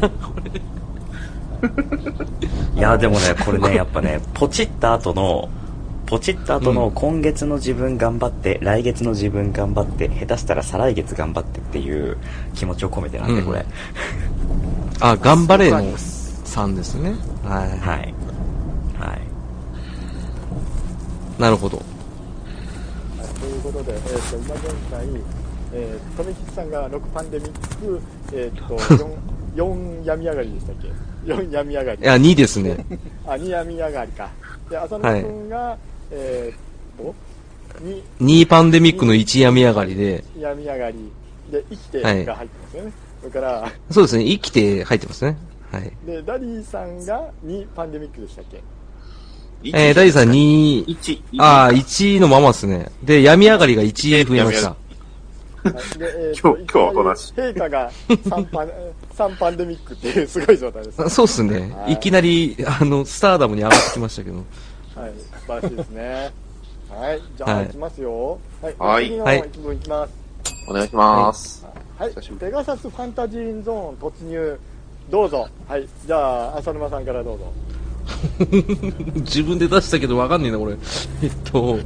Speaker 7: いや、でもね、これね、やっぱね、ポチった後の、ポチった後の今月の自分頑張って、来月の自分頑張って、下手したら再来月頑張ってっていう気持ちを込めてなんで、これ。
Speaker 1: あ、頑張れの3ですね。は
Speaker 7: はい。はい。
Speaker 1: い。なるほど。
Speaker 2: はいということで、えー、と今現在、えー、富吉さんが6パンデミック、えー、と 4, 4病み上がりでしたっけ4病み上がり
Speaker 1: いや、2ですね。
Speaker 2: あ2病み上がりかで浅野君が、えー、と2
Speaker 1: 2パンデミックの1病み上がりで、
Speaker 2: 病み上がりで生きて
Speaker 1: はい
Speaker 2: が入ってますよね、それから
Speaker 1: そうですね、生きて入ってますね。はい。
Speaker 2: でダディさんが2パンデミックでしたっけ
Speaker 1: えー、ダイさん2、
Speaker 3: 1、
Speaker 1: ああ、1のままですね。で、病み上がりが1へ増えました。
Speaker 2: はいでえー
Speaker 3: 今
Speaker 2: と
Speaker 3: 日今日はおとなしい
Speaker 2: きり陛下が3パン三パンデミックっていうすごい状態です、
Speaker 1: あそうっすね。
Speaker 2: はい
Speaker 1: いきなり、あの、スターダムに上がってきましたけど。
Speaker 2: はい、素晴らしいで すね。はい、じゃあ、
Speaker 1: はい
Speaker 2: い、きますよ。はい、
Speaker 3: はい
Speaker 2: 次の
Speaker 1: はい
Speaker 2: 気分いきます。
Speaker 3: お願いします。
Speaker 2: はい、
Speaker 3: 久しぶり
Speaker 2: ペガサスファンタジーゾーン突入。どうぞ。はい、じゃあ、浅沼さんからどうぞ。
Speaker 1: 自分で出したけどわかんねえな、これ。 えっと、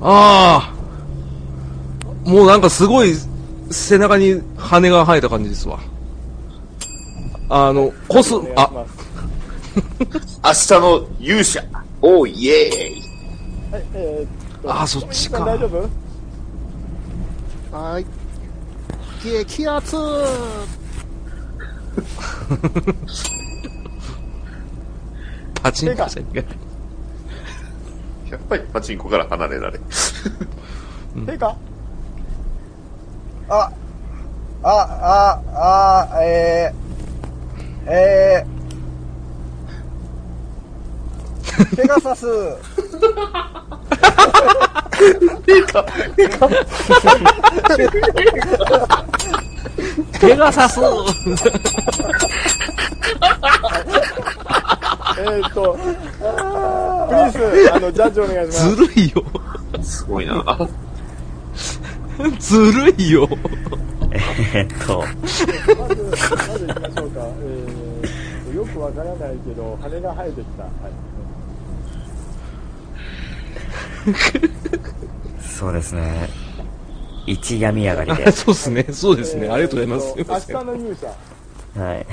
Speaker 1: ああ、もうなんかすごい背中に羽が生えた感じですわ。あの、コス
Speaker 2: お願、いし
Speaker 1: あ、
Speaker 2: ます。
Speaker 3: 明日の勇者、おーイエーイ
Speaker 2: はい、えー、と
Speaker 1: あそっちか
Speaker 2: 富士山大丈夫
Speaker 4: はい。激アツ
Speaker 1: パチンコじゃね
Speaker 3: やっぱりパチンコから離れられ。
Speaker 2: ペガ
Speaker 6: あ、あ、あ、あ、えー、えー、ペガサス、
Speaker 1: えかペガサス
Speaker 2: えー、と、 プリンス、あの、ジャッジお願いします。
Speaker 1: ずるいよ。
Speaker 3: すごいな。あ
Speaker 1: ずるいよ。
Speaker 7: えーっと、
Speaker 2: まず、まず行きましょうか。えー、とよくわからないけど、羽が生えてきた。はい。
Speaker 7: そうですね。一病み上が りで。
Speaker 1: そうですね、そうですね。ありがとうございます。
Speaker 2: えーと明日の勇者。
Speaker 7: はい。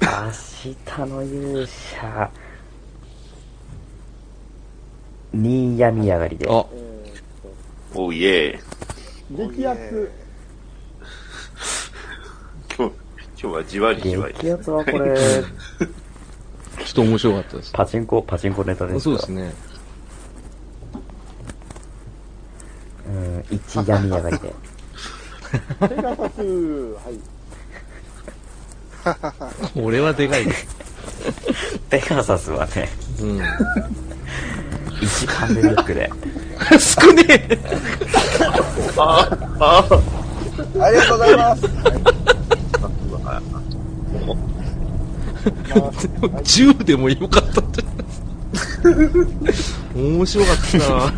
Speaker 7: 明日の勇者、新病み上がりで。
Speaker 1: あ、
Speaker 3: おーイエ
Speaker 2: 激アツ。
Speaker 3: ーイ今日、今日はじわりじわり。
Speaker 7: 激アツはこ れ、
Speaker 1: ちょっと面白かったです。
Speaker 7: パチンコ、パチンコネタですか
Speaker 1: そうですね。
Speaker 7: うん、一病み上が りで。
Speaker 2: ペガサス。はい。
Speaker 1: 俺はでかいです。
Speaker 7: ペガサスはね、
Speaker 1: うん。
Speaker 7: 一パンデミック で。
Speaker 1: 少ねえ
Speaker 6: ありがとうございます。
Speaker 1: 10でもよかった んじゃない面白かったな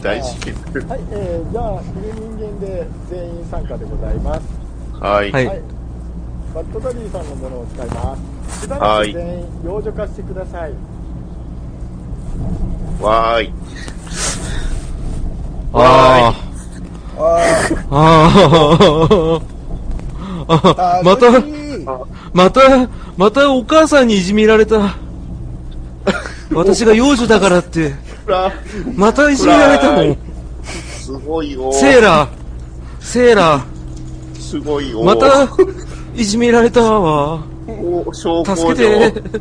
Speaker 3: 大事件。
Speaker 2: はい、えー、じゃあ、昼人間で全員参加でございます。
Speaker 3: はい。
Speaker 1: は
Speaker 2: はいい。バッドダディさんのものを使います。しば
Speaker 3: は
Speaker 2: らく
Speaker 3: い
Speaker 2: 全員、養女化してください。
Speaker 3: わーい。
Speaker 1: あ
Speaker 6: あ
Speaker 1: ーああ
Speaker 6: ー
Speaker 1: また
Speaker 6: 楽しい
Speaker 1: またまたお母さんにいじめられた私が幼女だからって
Speaker 3: ほら、
Speaker 1: またいじめられたも
Speaker 3: 暗
Speaker 1: ん
Speaker 3: いすごいよ。
Speaker 1: セーラーセーラ
Speaker 3: すごいよ。
Speaker 1: ーまたいじめられたわ
Speaker 3: おー証拠
Speaker 1: 助けて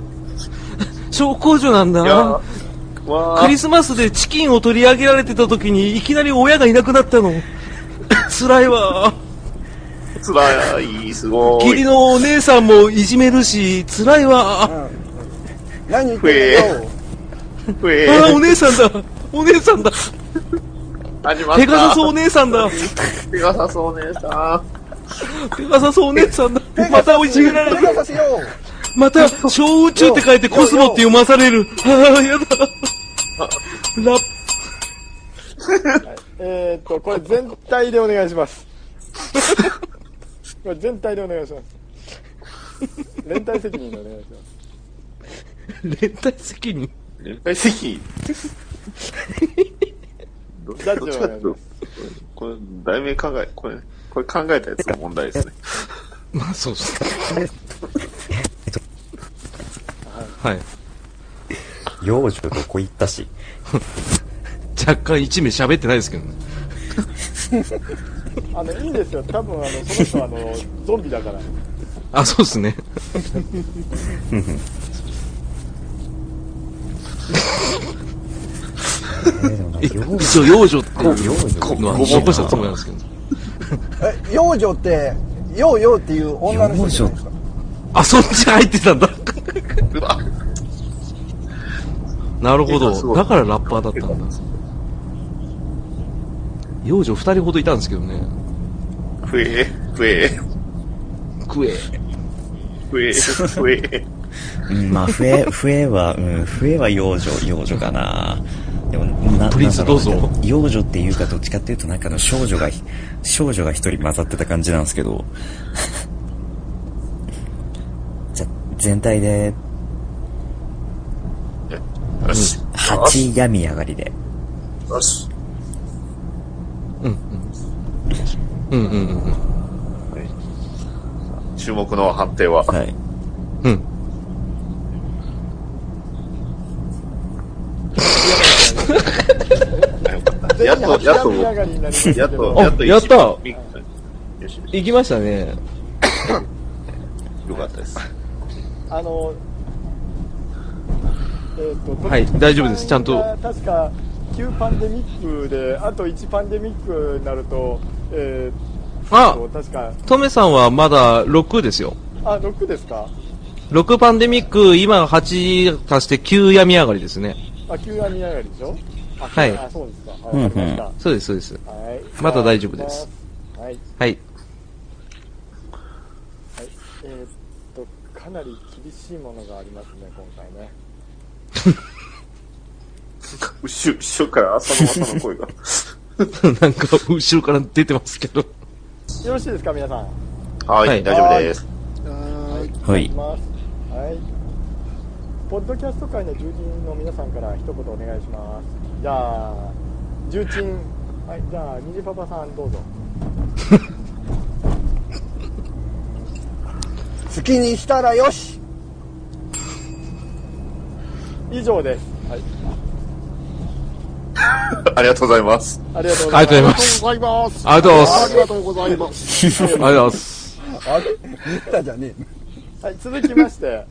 Speaker 1: 小工女なん
Speaker 3: いや
Speaker 1: だ
Speaker 3: わ
Speaker 1: クリ
Speaker 3: ー
Speaker 1: スマスでチキンを取り上げられてた時にいきなり親がいなくなったの辛いわ
Speaker 3: つらい、すご
Speaker 1: 義理
Speaker 3: い。
Speaker 1: のお姉さんもいじめるし辛いわ
Speaker 6: 何言ってんのよ。
Speaker 3: ふえ
Speaker 1: あーお
Speaker 3: ー。
Speaker 1: 姉さんだお姉さんだ
Speaker 3: ありま
Speaker 1: ペ
Speaker 3: し
Speaker 1: ガサスお
Speaker 3: た。
Speaker 1: 姉さんだ
Speaker 3: ペガサスお姉さ
Speaker 1: ペガサスお姉さんだまたいじめられ
Speaker 6: 手
Speaker 1: る
Speaker 6: が差しよ
Speaker 1: また小宇宙って書いてコスモって読まされるああやだラッ
Speaker 2: えーっと、これ全体でお願いします。これ全体でお願いします。連帯責任でお願いします。
Speaker 1: 連帯責任
Speaker 3: ん。連帯責 任。どっちかっていうとこれ、題名考え、これ、これ考えたやつが問題ですね。
Speaker 1: まあそうですねはい
Speaker 7: 幼女どこ行ったし。
Speaker 1: 若干一名喋ってないですけどね
Speaker 2: あの、いいんですよ。多分、あの、その人は、あの、ゾンビだから。
Speaker 1: あそうですね
Speaker 7: えでもなんか幼女
Speaker 1: 一応幼女っていう
Speaker 7: 幼女
Speaker 1: のは残したつもりなんですけど
Speaker 6: う。え、幼女って、ようようっていう女の人じゃないですか。
Speaker 1: あそっち入ってたんだ
Speaker 3: うわ
Speaker 1: なるほ
Speaker 3: いやすご
Speaker 1: ど。
Speaker 3: い
Speaker 1: だからラッパーだったんだ。幼女二人ほどいたんですけどね。
Speaker 3: ふえ、ふえ、
Speaker 1: クエ。
Speaker 3: ふえ、ふえ。
Speaker 7: うん、まあ、笛、笛は、うん、笛は幼女、幼女かな。でも、な、
Speaker 1: プリンス
Speaker 7: なんだろ
Speaker 1: どうぞ
Speaker 7: なんか幼女っていうか、どっちかっていうと、なんかの少女が、少女が一人混ざってた感じなんですけど。 じゃ、全体で、
Speaker 3: よし、
Speaker 7: 8病み上がりで。
Speaker 3: よし。
Speaker 1: うんうんうんうん。
Speaker 3: 注目の判定は、
Speaker 7: はい。
Speaker 1: うん。
Speaker 3: やっと、やっと、
Speaker 2: 上がりになりますけ
Speaker 3: やっ
Speaker 2: ど
Speaker 3: と、
Speaker 1: あ
Speaker 3: やっと、
Speaker 1: やった
Speaker 3: よし、
Speaker 1: 行きましたね。
Speaker 3: よかったです。
Speaker 2: あの、えーと
Speaker 1: はい大丈夫ですちゃんと。
Speaker 2: 確か、9パンデミックで、あと1パンデミックになると、えー、
Speaker 1: あ
Speaker 2: と、確か、
Speaker 1: トメさんはまだ6ですよ。
Speaker 2: あ、6ですか
Speaker 1: 6パンデミック、今8足して9病み上がりですね。
Speaker 2: あ、9は見上がりでしょあ、
Speaker 1: はい
Speaker 2: あ、そうですか。あわ
Speaker 7: うんうん
Speaker 2: かりました。
Speaker 1: そうです、そうです。
Speaker 2: はい。
Speaker 1: まだ大丈夫です。
Speaker 2: はい。
Speaker 1: はい。
Speaker 2: えーっと、かなり厳しいものがありますね、今回ね。
Speaker 3: 後ろ後ろから浅野正の声が。
Speaker 1: なんか、後ろから出てますけど。
Speaker 2: よろしいですか、皆さん。
Speaker 3: はい、
Speaker 1: はい
Speaker 3: 大丈夫です。
Speaker 2: はい。
Speaker 7: はい
Speaker 2: き。ます。はい。ポッドキャスト界の重鎮の皆さんから一言お願いします。じゃあ、重鎮。はい、じゃあ、ニジパパさんど うぞ。
Speaker 6: 好きにしたらよし
Speaker 2: 以上です。はい。
Speaker 3: ありがとうございます。
Speaker 2: ありがとうご
Speaker 1: あ
Speaker 2: ざ
Speaker 1: り
Speaker 2: い
Speaker 1: がとうございま
Speaker 2: ま。
Speaker 1: すす。ありがとうございます。ありがとう
Speaker 2: とうございます。
Speaker 1: ございます。
Speaker 6: あれ言ったじゃねえ
Speaker 2: はい、続きまして。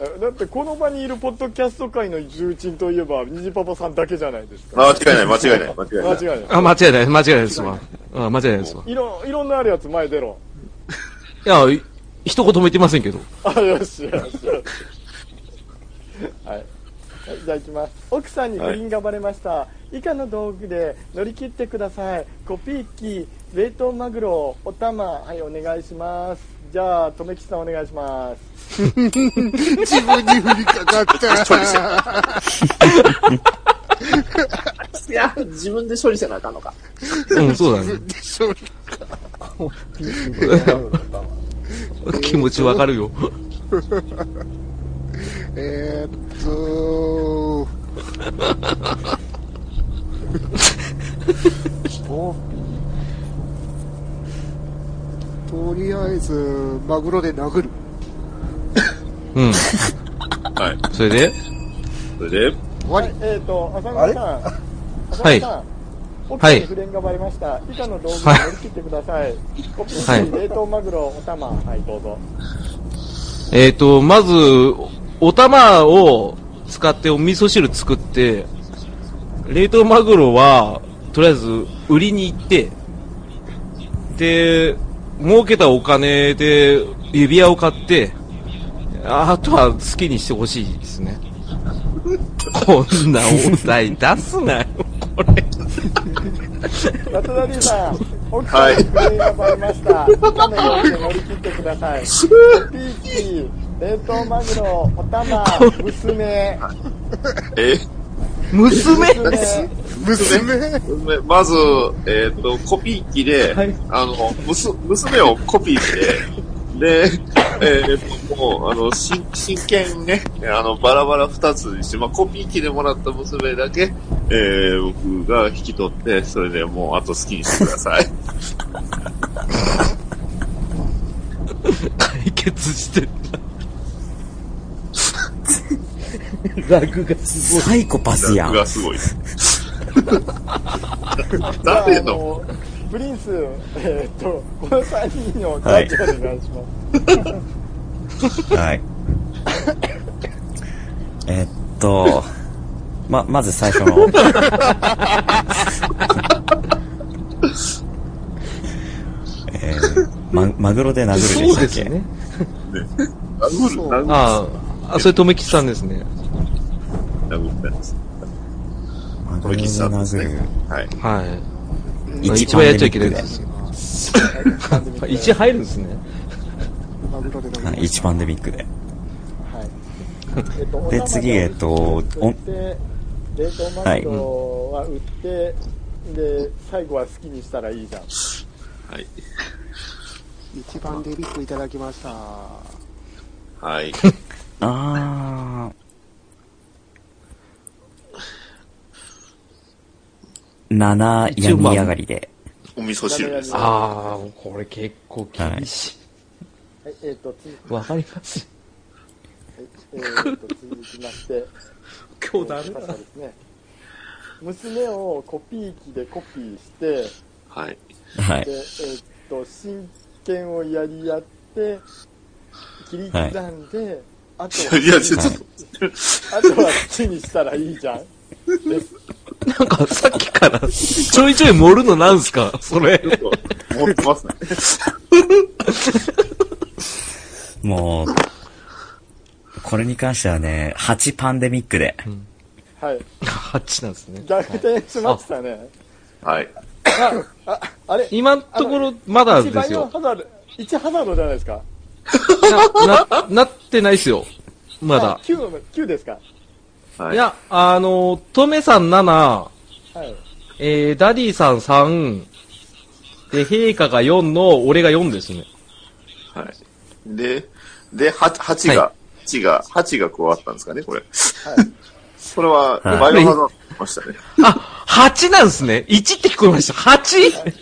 Speaker 2: え だってこの場にいるポッドキャスト界の重鎮といえば、ニジパパさんだけじゃないですか。
Speaker 3: 間違いない、間違いない、間違い
Speaker 2: 間
Speaker 3: な
Speaker 2: 違
Speaker 3: い。
Speaker 2: いない。
Speaker 1: あ、間違いない、間違いないですわ。あ間違いないですわ。
Speaker 2: いろいろんなあるやつ前出ろ。
Speaker 1: いや、い一言も言ってませんけど。
Speaker 2: あ、よしよしよし。はい。はいじゃあ行きます。奥さんに不倫がバレました。以下の道具で乗り切ってください。コピー機、冷凍マグロ、お玉、はい、お願いします。じゃあ、とめきちさんお願いします。
Speaker 8: 自分に降りかかった。
Speaker 9: いや、自分で処理せなあかんのか。
Speaker 1: うん、そうだね。気持ちわかるよ。
Speaker 8: えーっと、おとりあえず、マグロで殴る。
Speaker 1: うん。
Speaker 3: はい。
Speaker 1: それで
Speaker 3: それで、
Speaker 8: 終わり。
Speaker 2: えっ、と、浅村さん。浅
Speaker 1: は
Speaker 2: 村
Speaker 1: い
Speaker 2: さん。奥さんに不連がバレました。以下の道具を乗り切ってください。コピ
Speaker 1: は
Speaker 2: ー
Speaker 1: い
Speaker 2: 機、冷凍マグロ、お玉、はい、どうぞ。
Speaker 1: えっ、と、まず、お玉を使ってお味噌汁作って、冷凍マグロは、とりあえず売りに行って、で、儲けたお金で指輪を買って、あとは好きにしてほしいですね。こんなお題出すなよ、これ。
Speaker 2: ラトダリーさん、奥さんにクレームがバレました。画面を見て乗り切ってください。ピーキー、冷凍マグロ、おたま、娘、
Speaker 3: えー
Speaker 1: 娘
Speaker 2: 娘、
Speaker 3: 娘 まず、えっ、と、コピー機で、あの、むす娘をコピーして、で、えっ、と、もう、あの、親親権ね、あの、バラバラ二つにして、まあ、コピー機でもらった娘だけ、えー、僕が引き取って、それでもう、あと好きにしてください。
Speaker 1: 解決してん
Speaker 7: サイコパスや
Speaker 3: 僕
Speaker 7: ん。
Speaker 3: が すごいです。誰
Speaker 2: あ
Speaker 3: の
Speaker 2: のプリンス、えーっと、この3人のジャッジをお願いします。
Speaker 5: はい。
Speaker 7: えっと、ま、まず最初の。えー、ま、マグロで殴るで
Speaker 1: そう
Speaker 7: した
Speaker 1: で
Speaker 7: っ
Speaker 1: す
Speaker 7: け、
Speaker 1: ね。
Speaker 3: 殴る殴る
Speaker 1: ああ、あそれ、とめきさんですね。
Speaker 3: 殴ったやつ。
Speaker 7: マ
Speaker 3: こ
Speaker 7: グロ
Speaker 3: れ
Speaker 7: で
Speaker 3: 喫茶です
Speaker 7: 殴
Speaker 3: ね
Speaker 7: る。。
Speaker 3: はい。
Speaker 1: はい。
Speaker 7: 一
Speaker 1: 一番やっちゃいけないやつですよ。
Speaker 2: パンデミック で
Speaker 1: 一入るんですね。
Speaker 4: マグロで
Speaker 7: はい、一パンデミックで。
Speaker 2: はいえっと
Speaker 7: で次えっと
Speaker 2: お玉で冷凍マグロは売って、で最後は好きにしたらいいじゃん
Speaker 3: はい。
Speaker 4: 一番デビックいただきました。
Speaker 3: はい。
Speaker 7: あー。七
Speaker 1: 一応まあ
Speaker 7: 病み上がりで。
Speaker 3: お味噌汁です。
Speaker 1: ああ、これ結構厳し
Speaker 2: はいえっと次
Speaker 1: い。わ、かります。
Speaker 2: えー、と次行きま して
Speaker 1: 今日だ
Speaker 2: えー最後ですね娘をコピー機でコピーしてで
Speaker 3: はい。
Speaker 7: はい
Speaker 2: え。っと親権をやり合って切り刻んで、あと
Speaker 3: いや、いやちょっ
Speaker 7: は
Speaker 3: と
Speaker 7: い、
Speaker 2: あとは好きにしたらいいじゃん
Speaker 1: なんかさっきからちょいちょい盛るのなんすかそれ。
Speaker 3: ちょっと、持ってますね。
Speaker 7: もう、これに関してはね、8パンデミックで。
Speaker 2: はい
Speaker 1: 8なんですね。
Speaker 2: 逆転しましたね
Speaker 3: はい。
Speaker 2: あれ
Speaker 1: 今のところまだ
Speaker 2: 一
Speaker 1: で
Speaker 2: 番
Speaker 1: すよ。
Speaker 2: 花で一花のじゃないですか。
Speaker 1: な、な、なってないですよ。まだ
Speaker 2: あ。九の九ですか。
Speaker 3: はい
Speaker 1: いや、あの、トメさん7、
Speaker 2: はい。
Speaker 1: えー、ダディさん3、で、陛下が4の、俺が4ですね。
Speaker 3: はい。で、で、は8
Speaker 1: は
Speaker 3: が、八が、八が加わったんですかね、これ。 これは、
Speaker 7: はい
Speaker 3: バイオハザードましたね。
Speaker 1: あ、8なんですね。1って聞こえました。8!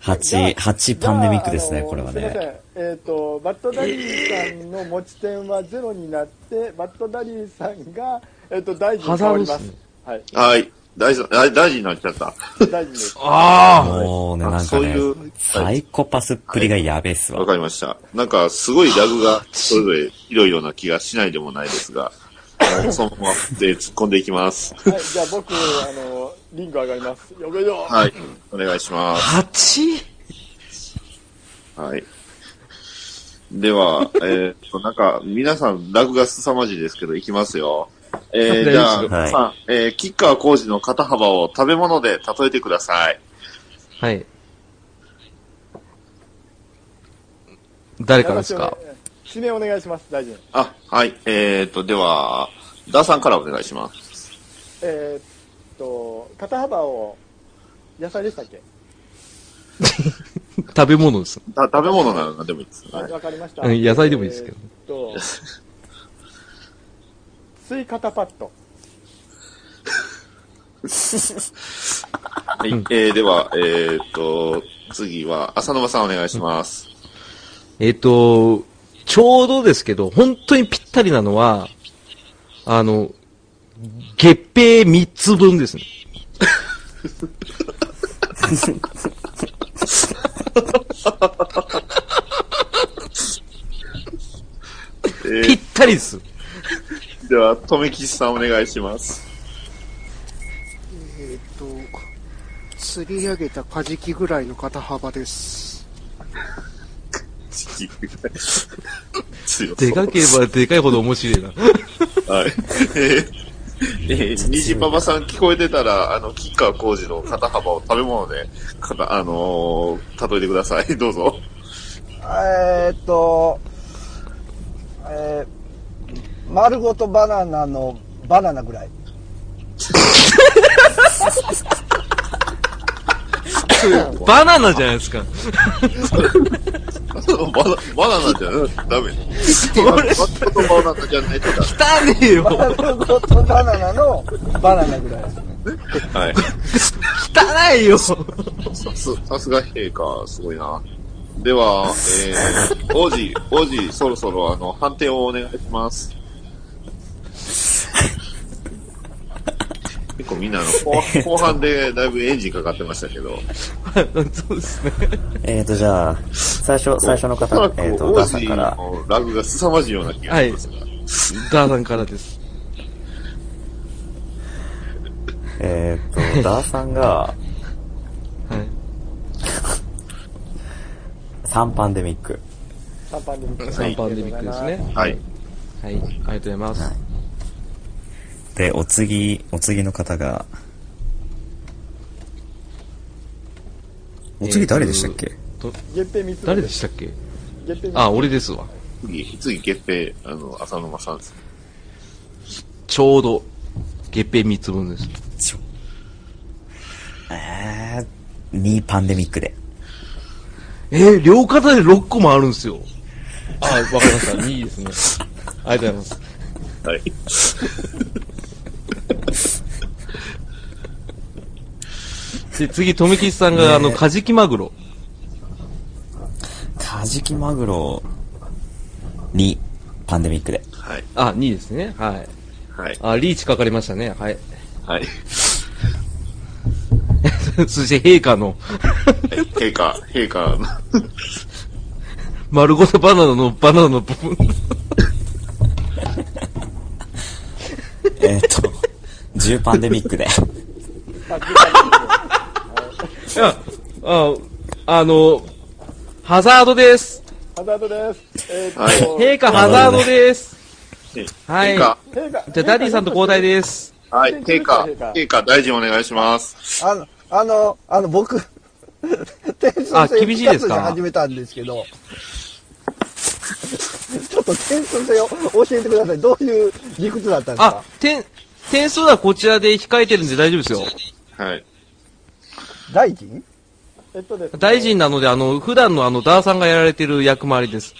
Speaker 7: 8、8パンデミックです
Speaker 2: じ
Speaker 7: ね、
Speaker 2: ゃあ
Speaker 7: これは
Speaker 2: あのすみませ
Speaker 7: ね。
Speaker 2: ん。えっ、とバッドダディさんの持ち点はゼロになって、バッドダディさんがえっ、と大臣に変わりま
Speaker 1: ハザードです
Speaker 2: す
Speaker 1: ね。
Speaker 2: はい。
Speaker 3: はい。大事、あ大事になっちゃった。
Speaker 2: 大臣です。
Speaker 1: あ
Speaker 7: もうね、
Speaker 3: あ
Speaker 7: なん
Speaker 3: そ
Speaker 7: か
Speaker 3: う
Speaker 7: ね
Speaker 3: いう、
Speaker 7: サイコパスっぷりがやべえっす
Speaker 3: わ
Speaker 7: わ。
Speaker 3: かりました。なんか、すごいラグが、それぞれ、いろいろな気がしないでもないですが、あのそのまま、で、突っ込んでいきます。
Speaker 2: はい。じゃあ僕あのリング上がります。よくよ。
Speaker 3: はい。お願いしま
Speaker 1: あ
Speaker 3: す。
Speaker 1: !8!
Speaker 3: はい。では、えーっと、なんか、皆さん、ラグが凄まじいですけど、いきますよ。えー、じゃあ、
Speaker 1: 大丈夫
Speaker 7: ですよはい
Speaker 3: さん、えー、キッカー工事の肩幅を食べ物で例えてください。
Speaker 1: はい。誰からですか
Speaker 2: 指名お願いします。大臣。
Speaker 3: あ、はい。えー、っと、では、ダーさんからお願いします。
Speaker 2: えっ、と肩幅を野菜でしたっけ？
Speaker 1: 食べ物です。
Speaker 3: た食べ物なら何でもいいです。
Speaker 2: あ
Speaker 3: は
Speaker 2: わ、
Speaker 3: い。
Speaker 2: かりました。
Speaker 1: うん野菜でもいいですけど
Speaker 2: え ーっと、スイカタパッド。
Speaker 3: はいえー、では、えー、っと、次は、浅沼さんお願いします。
Speaker 1: えっ、と、ちょうどですけど、本当にぴったりなのは、あの、月餅3つ分ですね。
Speaker 3: え
Speaker 1: ぴったりです。
Speaker 3: ー、では、とめきしさんお願いします。
Speaker 4: えーっと、釣り上げたカジキぐらいの肩幅です。
Speaker 3: きってくらい。強そう
Speaker 1: でかければでかいほど面白いな。
Speaker 3: はい。 えー、えー、虹パパさん聞こえてたら、あの、吉川浩司の肩幅を食べ物で、かた、あのー、例えてください。 どうぞ。
Speaker 6: えーっと、えー、丸ごとバナナのバナ ナぐらい。
Speaker 1: バナナじゃないですか。
Speaker 3: バナバナナじゃダ メ。バナナじゃないと
Speaker 1: 汚ねえよ。
Speaker 6: 丸ごとバナナのバナナぐらいですね。
Speaker 3: ダメ。はい。
Speaker 1: 汚 いよ。
Speaker 3: さす、さすが陛下、すごいな。では、えー、王子、王子、そろそろ、あの、判定をお願いします。結構みんな、あの、後後半でだいぶエンジンかかってましたけど。
Speaker 1: そうですね。
Speaker 7: えーと、じゃあ、最初、最初の方
Speaker 3: おそら、く
Speaker 7: えーと、お
Speaker 3: 王
Speaker 7: 母さん
Speaker 3: 子
Speaker 7: から、
Speaker 3: のラグが凄まじいような気がしますが。
Speaker 1: ダーさんからです。
Speaker 7: えーと、ダーさんが、
Speaker 1: はい。
Speaker 7: 3パンデミック。
Speaker 2: 3パンデミック。
Speaker 1: 3パンデミックですね。
Speaker 3: はい。
Speaker 1: はい。ありがとうございます。
Speaker 7: で、お次、お次の方が、お次誰でしたっけ
Speaker 2: 月平三つ。
Speaker 1: 誰でしたっけ
Speaker 2: 月平三
Speaker 1: あ、俺ですわ。
Speaker 3: 次、次、決定、あの、浅沼さんです。
Speaker 1: ちょうど、月平三つ分です。
Speaker 7: えー、2パンデミックで。
Speaker 1: えー、両肩で6個もあるんですよ。あ、わかりました。いいですね。ありがとうございます。
Speaker 3: はい。
Speaker 1: で、次、とめきちさんが、あの、カジキマグロ。
Speaker 7: カジキマグロ、2パンデミックで。
Speaker 3: はい。
Speaker 1: あ、2ですね。はい。
Speaker 3: はい。
Speaker 1: あ、リーチかかりましたね。はい。
Speaker 3: はい。
Speaker 1: そして、陛下の、
Speaker 3: 陛下、陛下の、
Speaker 1: 丸ごとバナナのバナナの部分。
Speaker 7: えーと、10パンデミックで。
Speaker 1: あ、あの、ハザードです。
Speaker 2: ハザードです。えーっと、
Speaker 3: はい
Speaker 1: 陛下ハザードです。はい
Speaker 3: 陛下、
Speaker 2: 陛下
Speaker 1: じゃあ、ダディさんと交代です。
Speaker 3: はい、陛下、陛下、大臣お願いします。
Speaker 6: あの、あの、あの、僕、点数
Speaker 1: あ
Speaker 6: 制
Speaker 1: 厳しいですか
Speaker 6: 復活に始めたんですけど、ちょっと点数制を教えてください。どういう理屈だったんです
Speaker 1: あ
Speaker 6: か、
Speaker 1: 点、点数はこちらで控えてるんで大丈夫ですよ。
Speaker 3: はい。
Speaker 6: 大臣
Speaker 2: えっとですね
Speaker 1: 大臣なので、あの、普段のあの、ダーさんがやられてる役回りです。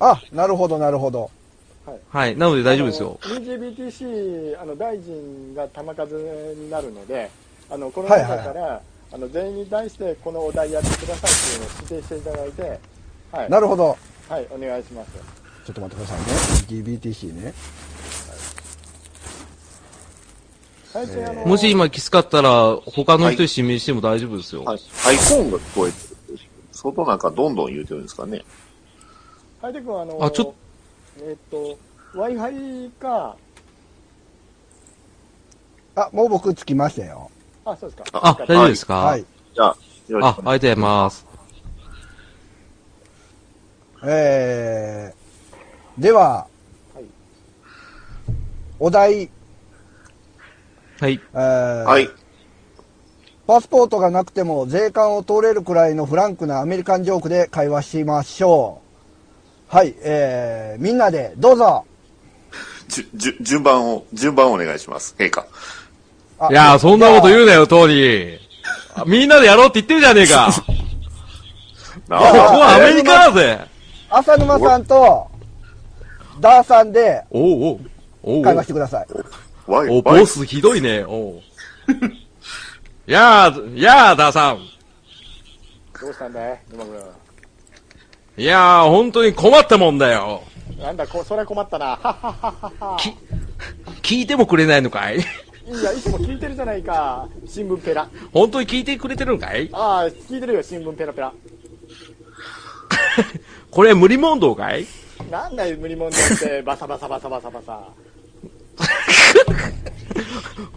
Speaker 6: あ、なるほど、なるほど。
Speaker 1: はい。なので大丈夫ですよ。
Speaker 2: あの BGBTC、あの大臣が玉数になるので、あのこの
Speaker 6: はい
Speaker 2: 中
Speaker 6: はいはい
Speaker 2: から、あの全員に対してこのお題やってくださいっていうのを指定していただいて、はい、
Speaker 6: なるほど。
Speaker 2: はい、お願いします。
Speaker 6: ちょっと待ってくださいね。GBTC ね。
Speaker 2: 最初、あの
Speaker 1: もし今きつかったら、他の人に指名しても大丈夫ですよ。
Speaker 3: はい。ハイコーンが聞こえてる。外なんかどんどん言うてるんですかね。
Speaker 2: ハイテクはあの
Speaker 1: あちょっ
Speaker 2: えっと Wi-Fi か、
Speaker 6: あ、もう僕つきましたよ。
Speaker 2: あそうですか。
Speaker 1: あ、大丈夫ですか、
Speaker 6: はい。
Speaker 3: じゃあ、よろ
Speaker 1: あ
Speaker 3: しく、
Speaker 1: ありがと
Speaker 3: お願
Speaker 1: うございます。
Speaker 6: えー、では、
Speaker 2: はい
Speaker 6: お題、え
Speaker 1: はい。
Speaker 6: ー
Speaker 3: いします。
Speaker 6: パスポートがなくても税関を通れるくらいのフランクなアメリカンジョークで会話しましょう。はい、えー、みんなでどうぞ
Speaker 3: はい。じゅ、じゅ、順番を、順番をお願いします。陛下。
Speaker 6: あ
Speaker 1: いやー、そんなこと言うなよ、当時。みんなでやろうって言ってるじゃねえ か。こ
Speaker 3: な
Speaker 1: こ
Speaker 6: あ
Speaker 1: はアメリカだぜ。
Speaker 6: 浅沼さんと、ダーさんで
Speaker 1: おうおう。おうお
Speaker 6: 会話
Speaker 1: う
Speaker 6: してください。
Speaker 3: わい、
Speaker 1: おう、
Speaker 3: わい
Speaker 1: ボスひどいね。おう。やー、やー、ダーさん。
Speaker 2: どうしたんだい、今村。
Speaker 1: いやー、本当に困ったもんだよ。
Speaker 2: なんだこそれは困ったな。は っはっはっはっは
Speaker 1: 聞いてもくれないのかい
Speaker 2: いやいつも聞いてるじゃないか。新聞ペラ。
Speaker 1: 本当に聞いてくれてるのかい
Speaker 2: ああ聞いてるよ新聞ペラペラ。
Speaker 1: これ無理問答かい
Speaker 2: なんだよ無理問題ってバサバサバサバサバサ。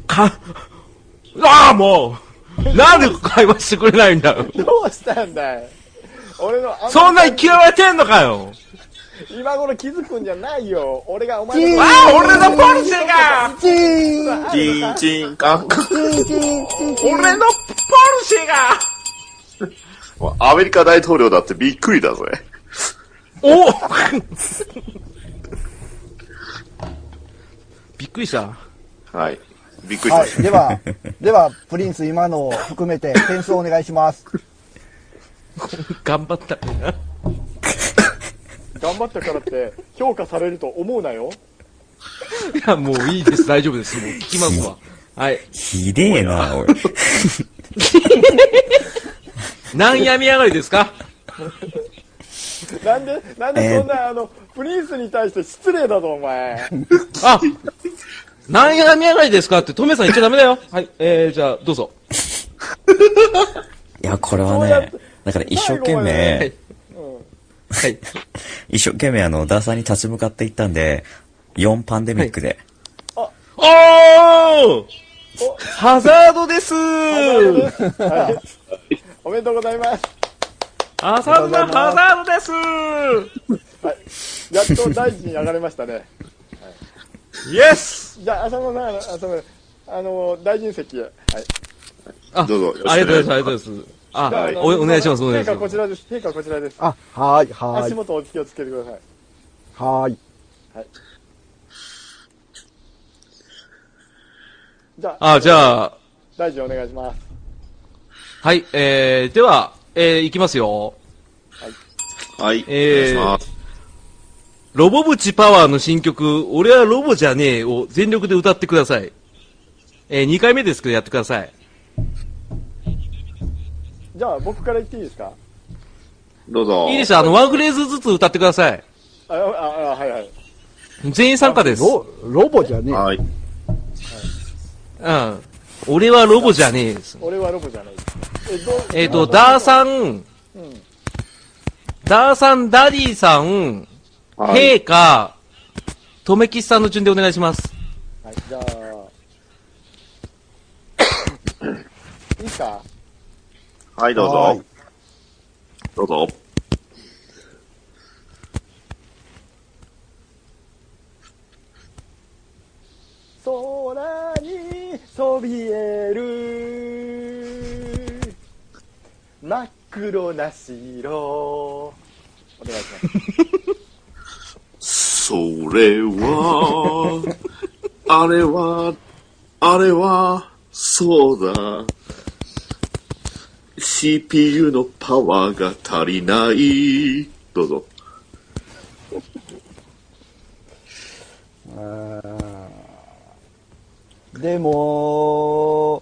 Speaker 1: か、ああ、もうなんで会話してくれないんだよ。
Speaker 2: どうしたんだい俺のあの
Speaker 1: そんなに嫌われてんのかよ
Speaker 2: 今頃気づくんじゃないよ。俺がお
Speaker 6: チ
Speaker 2: 前
Speaker 6: ー
Speaker 2: の
Speaker 1: あ
Speaker 2: こ
Speaker 1: あ、俺のポルシェが
Speaker 6: チーン
Speaker 3: チンチンカンカン。
Speaker 1: 俺のポルシェが
Speaker 3: アメリカ大統領だってびっくりだぜ。
Speaker 1: おびっくりした。
Speaker 3: はい。びっくりしま
Speaker 6: はい
Speaker 3: し。
Speaker 6: では、では、プリンス今のを含 めて点数お願いします。
Speaker 1: 頑張ったねな。
Speaker 2: と頑張ったからって評価されると思うなよ。
Speaker 1: いや、もういいです。大丈夫です。もう聞きますわ。はい。
Speaker 5: ひでえな、おい。
Speaker 1: 何やみやがりですか
Speaker 2: なんで、なんでそんな、あの、プリンスに対して失礼だぞ、お前。
Speaker 1: あ何やみやがりですかって、トメさん言っちゃダメだよ。はい。えー、じゃあ、どうぞ。
Speaker 5: いや、これは
Speaker 2: そうやっ
Speaker 5: ね
Speaker 2: て、
Speaker 5: だから一生懸
Speaker 2: 最後まで
Speaker 1: はい
Speaker 5: 命、。
Speaker 1: はい。
Speaker 5: 一生懸命あの、小田さんに立ち向かっていったんで、4パンデミックで。
Speaker 1: おーハザードです
Speaker 2: おめでとうございます。
Speaker 1: 浅沼ハザードです
Speaker 2: やっと大臣上がれましたね。
Speaker 1: イエス
Speaker 2: じゃあ、浅野さん、浅野あの、大臣席へ。はい。
Speaker 1: あ、
Speaker 3: どうぞよろしく
Speaker 1: ありがとうございます。ありがとうございます。
Speaker 2: じゃあ
Speaker 1: あ
Speaker 2: あ、の
Speaker 1: おお願いします、お願いし
Speaker 2: 陛下
Speaker 1: ま
Speaker 2: こ
Speaker 1: す
Speaker 2: ち。らです。陛下こちらです。
Speaker 8: あ、はーい、は
Speaker 2: 足
Speaker 8: ーい、
Speaker 2: 元お気をつけてください。
Speaker 8: はーい。
Speaker 2: じゃあ、
Speaker 1: あ、じゃあ、
Speaker 2: 大臣お願いします。
Speaker 1: はい、えー、では、えー、いきますよ。
Speaker 3: た。はい。
Speaker 1: えー
Speaker 3: お願いします
Speaker 1: ロボブチパワーの新曲、俺はロボじゃねえを全力で歌ってください。えー、2回目ですけどやってください。
Speaker 2: じゃあ、僕から言っていいですか
Speaker 3: どうぞ。
Speaker 1: いいですよ、あの、ワンフレーズずつ歌ってください。
Speaker 2: あ、あ、あはいはい。
Speaker 1: 全員参加です。
Speaker 8: ロ、ロボじゃねえ。
Speaker 3: はい。
Speaker 1: うん。俺はロボじゃねえです。
Speaker 2: 俺はロボじゃないです。え、どう、
Speaker 1: えっ、と、ダーさん、ダーさん、ダディさん、
Speaker 3: はい。
Speaker 1: 陛下、とめきさんの順でお願いします。
Speaker 2: はい、じゃあ、 いいですか
Speaker 3: はい、どう
Speaker 8: は
Speaker 3: ぞ
Speaker 8: い。
Speaker 3: どうぞ。
Speaker 2: 空にそびえる真っ黒な白お願いします
Speaker 3: それは、あれは、あれは、そうだ。CPU のパワーが足りない。どうぞ。
Speaker 6: でも、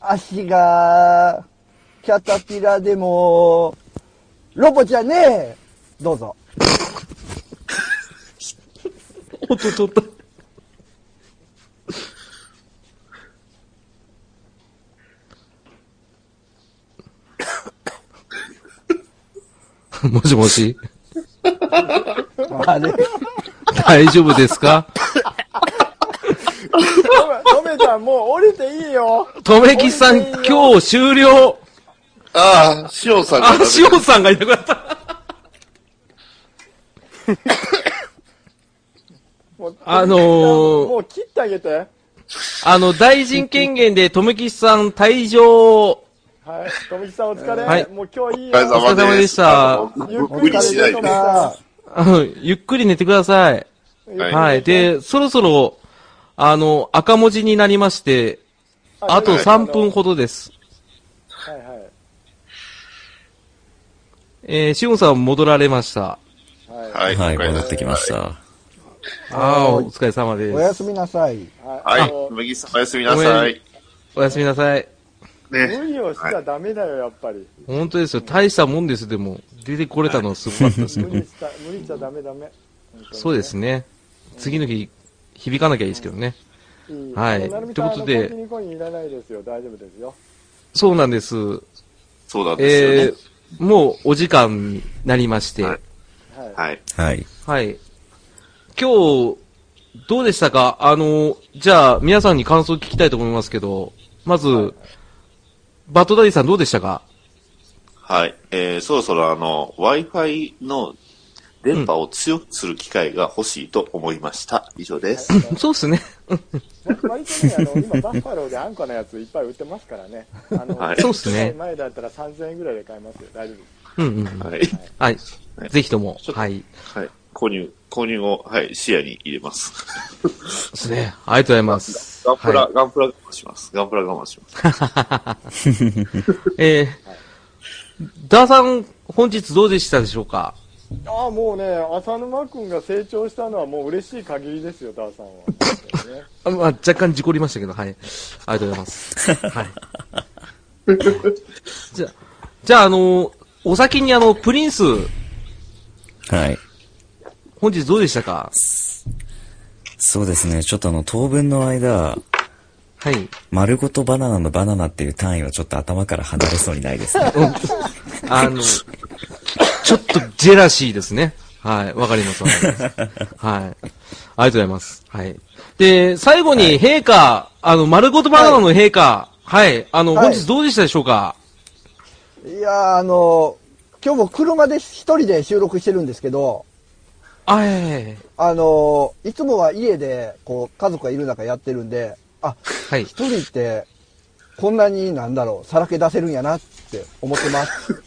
Speaker 6: 足が、キャタピラでも、ロボじゃねえどうぞ。
Speaker 1: 音取った。 もしもし
Speaker 6: あれ
Speaker 1: 大丈夫ですか
Speaker 2: トメちゃんもう降りていいよ
Speaker 1: とめきさん、今日終了
Speaker 3: ああ、シオンさん
Speaker 1: あ、しおんさんがいなくなった。
Speaker 2: もう
Speaker 1: あのー
Speaker 2: もう切ってあげてはい
Speaker 1: あの、大臣権限で、とめきさん退場。
Speaker 2: トメキさんお疲れ、
Speaker 1: はい
Speaker 2: もう今日いい
Speaker 3: お疲れ
Speaker 2: よ
Speaker 3: 様
Speaker 1: お疲れ様
Speaker 3: で
Speaker 1: で
Speaker 3: し。
Speaker 1: したた
Speaker 3: あの
Speaker 2: ゆっ
Speaker 3: 無
Speaker 2: く
Speaker 3: 無
Speaker 2: り
Speaker 3: 理しないで
Speaker 2: で
Speaker 3: ね。
Speaker 2: さ
Speaker 1: あのゆっくり寝てください。
Speaker 3: は
Speaker 1: はい。で、そろそろ、あの、赤文字になりまして、あと3分ほどです。
Speaker 2: はいはい
Speaker 1: えー、しおんさん戻られました。
Speaker 3: は、
Speaker 5: はいい、
Speaker 3: わかり
Speaker 5: 戻
Speaker 3: ま
Speaker 5: っ
Speaker 3: して
Speaker 5: きました。
Speaker 1: ああー、お疲れ様で
Speaker 6: お
Speaker 1: す。
Speaker 6: やすみなさい。
Speaker 2: はい
Speaker 3: た。は
Speaker 2: あ
Speaker 3: い、
Speaker 2: の
Speaker 3: 麦さんおやすみなさい。
Speaker 1: おやすみなさい。
Speaker 3: ね。
Speaker 2: 無理をしちゃダメだよやっぱり
Speaker 1: 本当ですよ。大したもんです、でも。出てこれたのはすごかったです
Speaker 2: 無
Speaker 1: け
Speaker 2: 理
Speaker 1: ど。
Speaker 2: した無理しちゃダメダメ
Speaker 1: そうですね。次の日、響かなきゃいいですけどね。はい
Speaker 2: もうなるみさん
Speaker 1: ということで
Speaker 2: あのコンビニコインいらないですよ大丈夫ですよ
Speaker 1: そうなんです。
Speaker 3: そうなんですよね
Speaker 1: えー、もうお時間になりまして。
Speaker 3: はい
Speaker 2: はい
Speaker 3: はい。
Speaker 5: はい。
Speaker 1: はい。今日、どうでしたかあの、じゃあ、皆さんに感想聞きたいと思いますけど、まず、バットダディさんどうでしたか
Speaker 3: はい。えー、そろそろあの、Wi-Fi の電波を強くする機会が欲しいと思いました。以上です。
Speaker 1: そうっすね。
Speaker 2: 割と ね、あの今、バッファローで安価なやついっぱい売ってますからね、あ の
Speaker 3: はい
Speaker 1: そうっすね
Speaker 2: 前だったら3000円ぐらいで買えますよ、大丈夫です。
Speaker 1: うんうんうん。
Speaker 3: はい。
Speaker 1: はい。ぜひとも
Speaker 3: ちょ、っと
Speaker 1: はい。
Speaker 3: はい。購入、購入を、はい、視野に入れます。
Speaker 1: ですね。ありがとうございます。
Speaker 3: ガンプラ、
Speaker 1: はい
Speaker 3: ガンプラ我慢します。ガンプラ我慢します。
Speaker 1: えー、ダーさん、本日どうでしたでしょうか
Speaker 2: ああ、もうね、浅沼君が成長したのはもう嬉しい限りですよ、ダーさんは。ね
Speaker 1: あまあ、若干事故りましたけど、はい。ありがとうございます。はい。 じゃあ、じゃあ、あの、お先にあの、プリンス、
Speaker 5: はい。
Speaker 1: 本日どうでしたか
Speaker 5: そうですね。ちょっとあの、当分の間、
Speaker 1: はい。
Speaker 5: 丸ごとバナナのバナナっていう単位はちょっと頭から離れそうにないですね。
Speaker 1: あの、ちょっとジェラシーですね。はい。わかります。わかります。はい。ありがとうございます。はい。で、最後に、陛下、あの、丸ごとバナナの陛下、はい。あの、
Speaker 6: はい
Speaker 1: 本日どうでしたでしょうか
Speaker 6: いやー、あのー今日も車で一人で収録してるんですけど、
Speaker 1: あ、え
Speaker 6: あのーいつもは家で、こう、家族がいる中やってるんで、あ、
Speaker 1: ー、はい。
Speaker 6: 一人って、こんなになんだろう、さらけ出せるんやなって思ってます。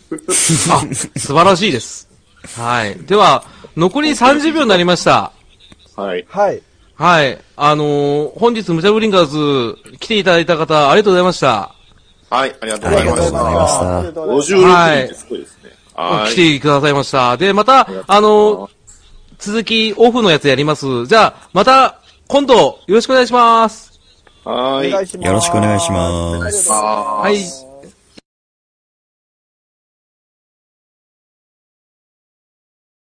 Speaker 1: あ、素晴らしいです。はい。では、残り30秒になりました。
Speaker 3: はい。
Speaker 6: はい。
Speaker 1: はい。あのー本日、ムチャブリンガーズ、来ていただいた方、ありがとうございました。
Speaker 3: はい、ありがと
Speaker 5: あ
Speaker 3: うござ
Speaker 5: りがとうご
Speaker 3: いまし
Speaker 5: ざいました。
Speaker 2: ありがとうございます
Speaker 3: 56人ってすごいですね。は
Speaker 1: 来
Speaker 3: い。
Speaker 1: てくださいました。で、また、あのー続き、オフのやつやります。じゃあ、また、今度、よろしくお願いします。
Speaker 3: は
Speaker 6: お
Speaker 3: い。
Speaker 6: 願いします。
Speaker 5: よろしくお願いし
Speaker 6: す。
Speaker 5: ます。
Speaker 1: はい。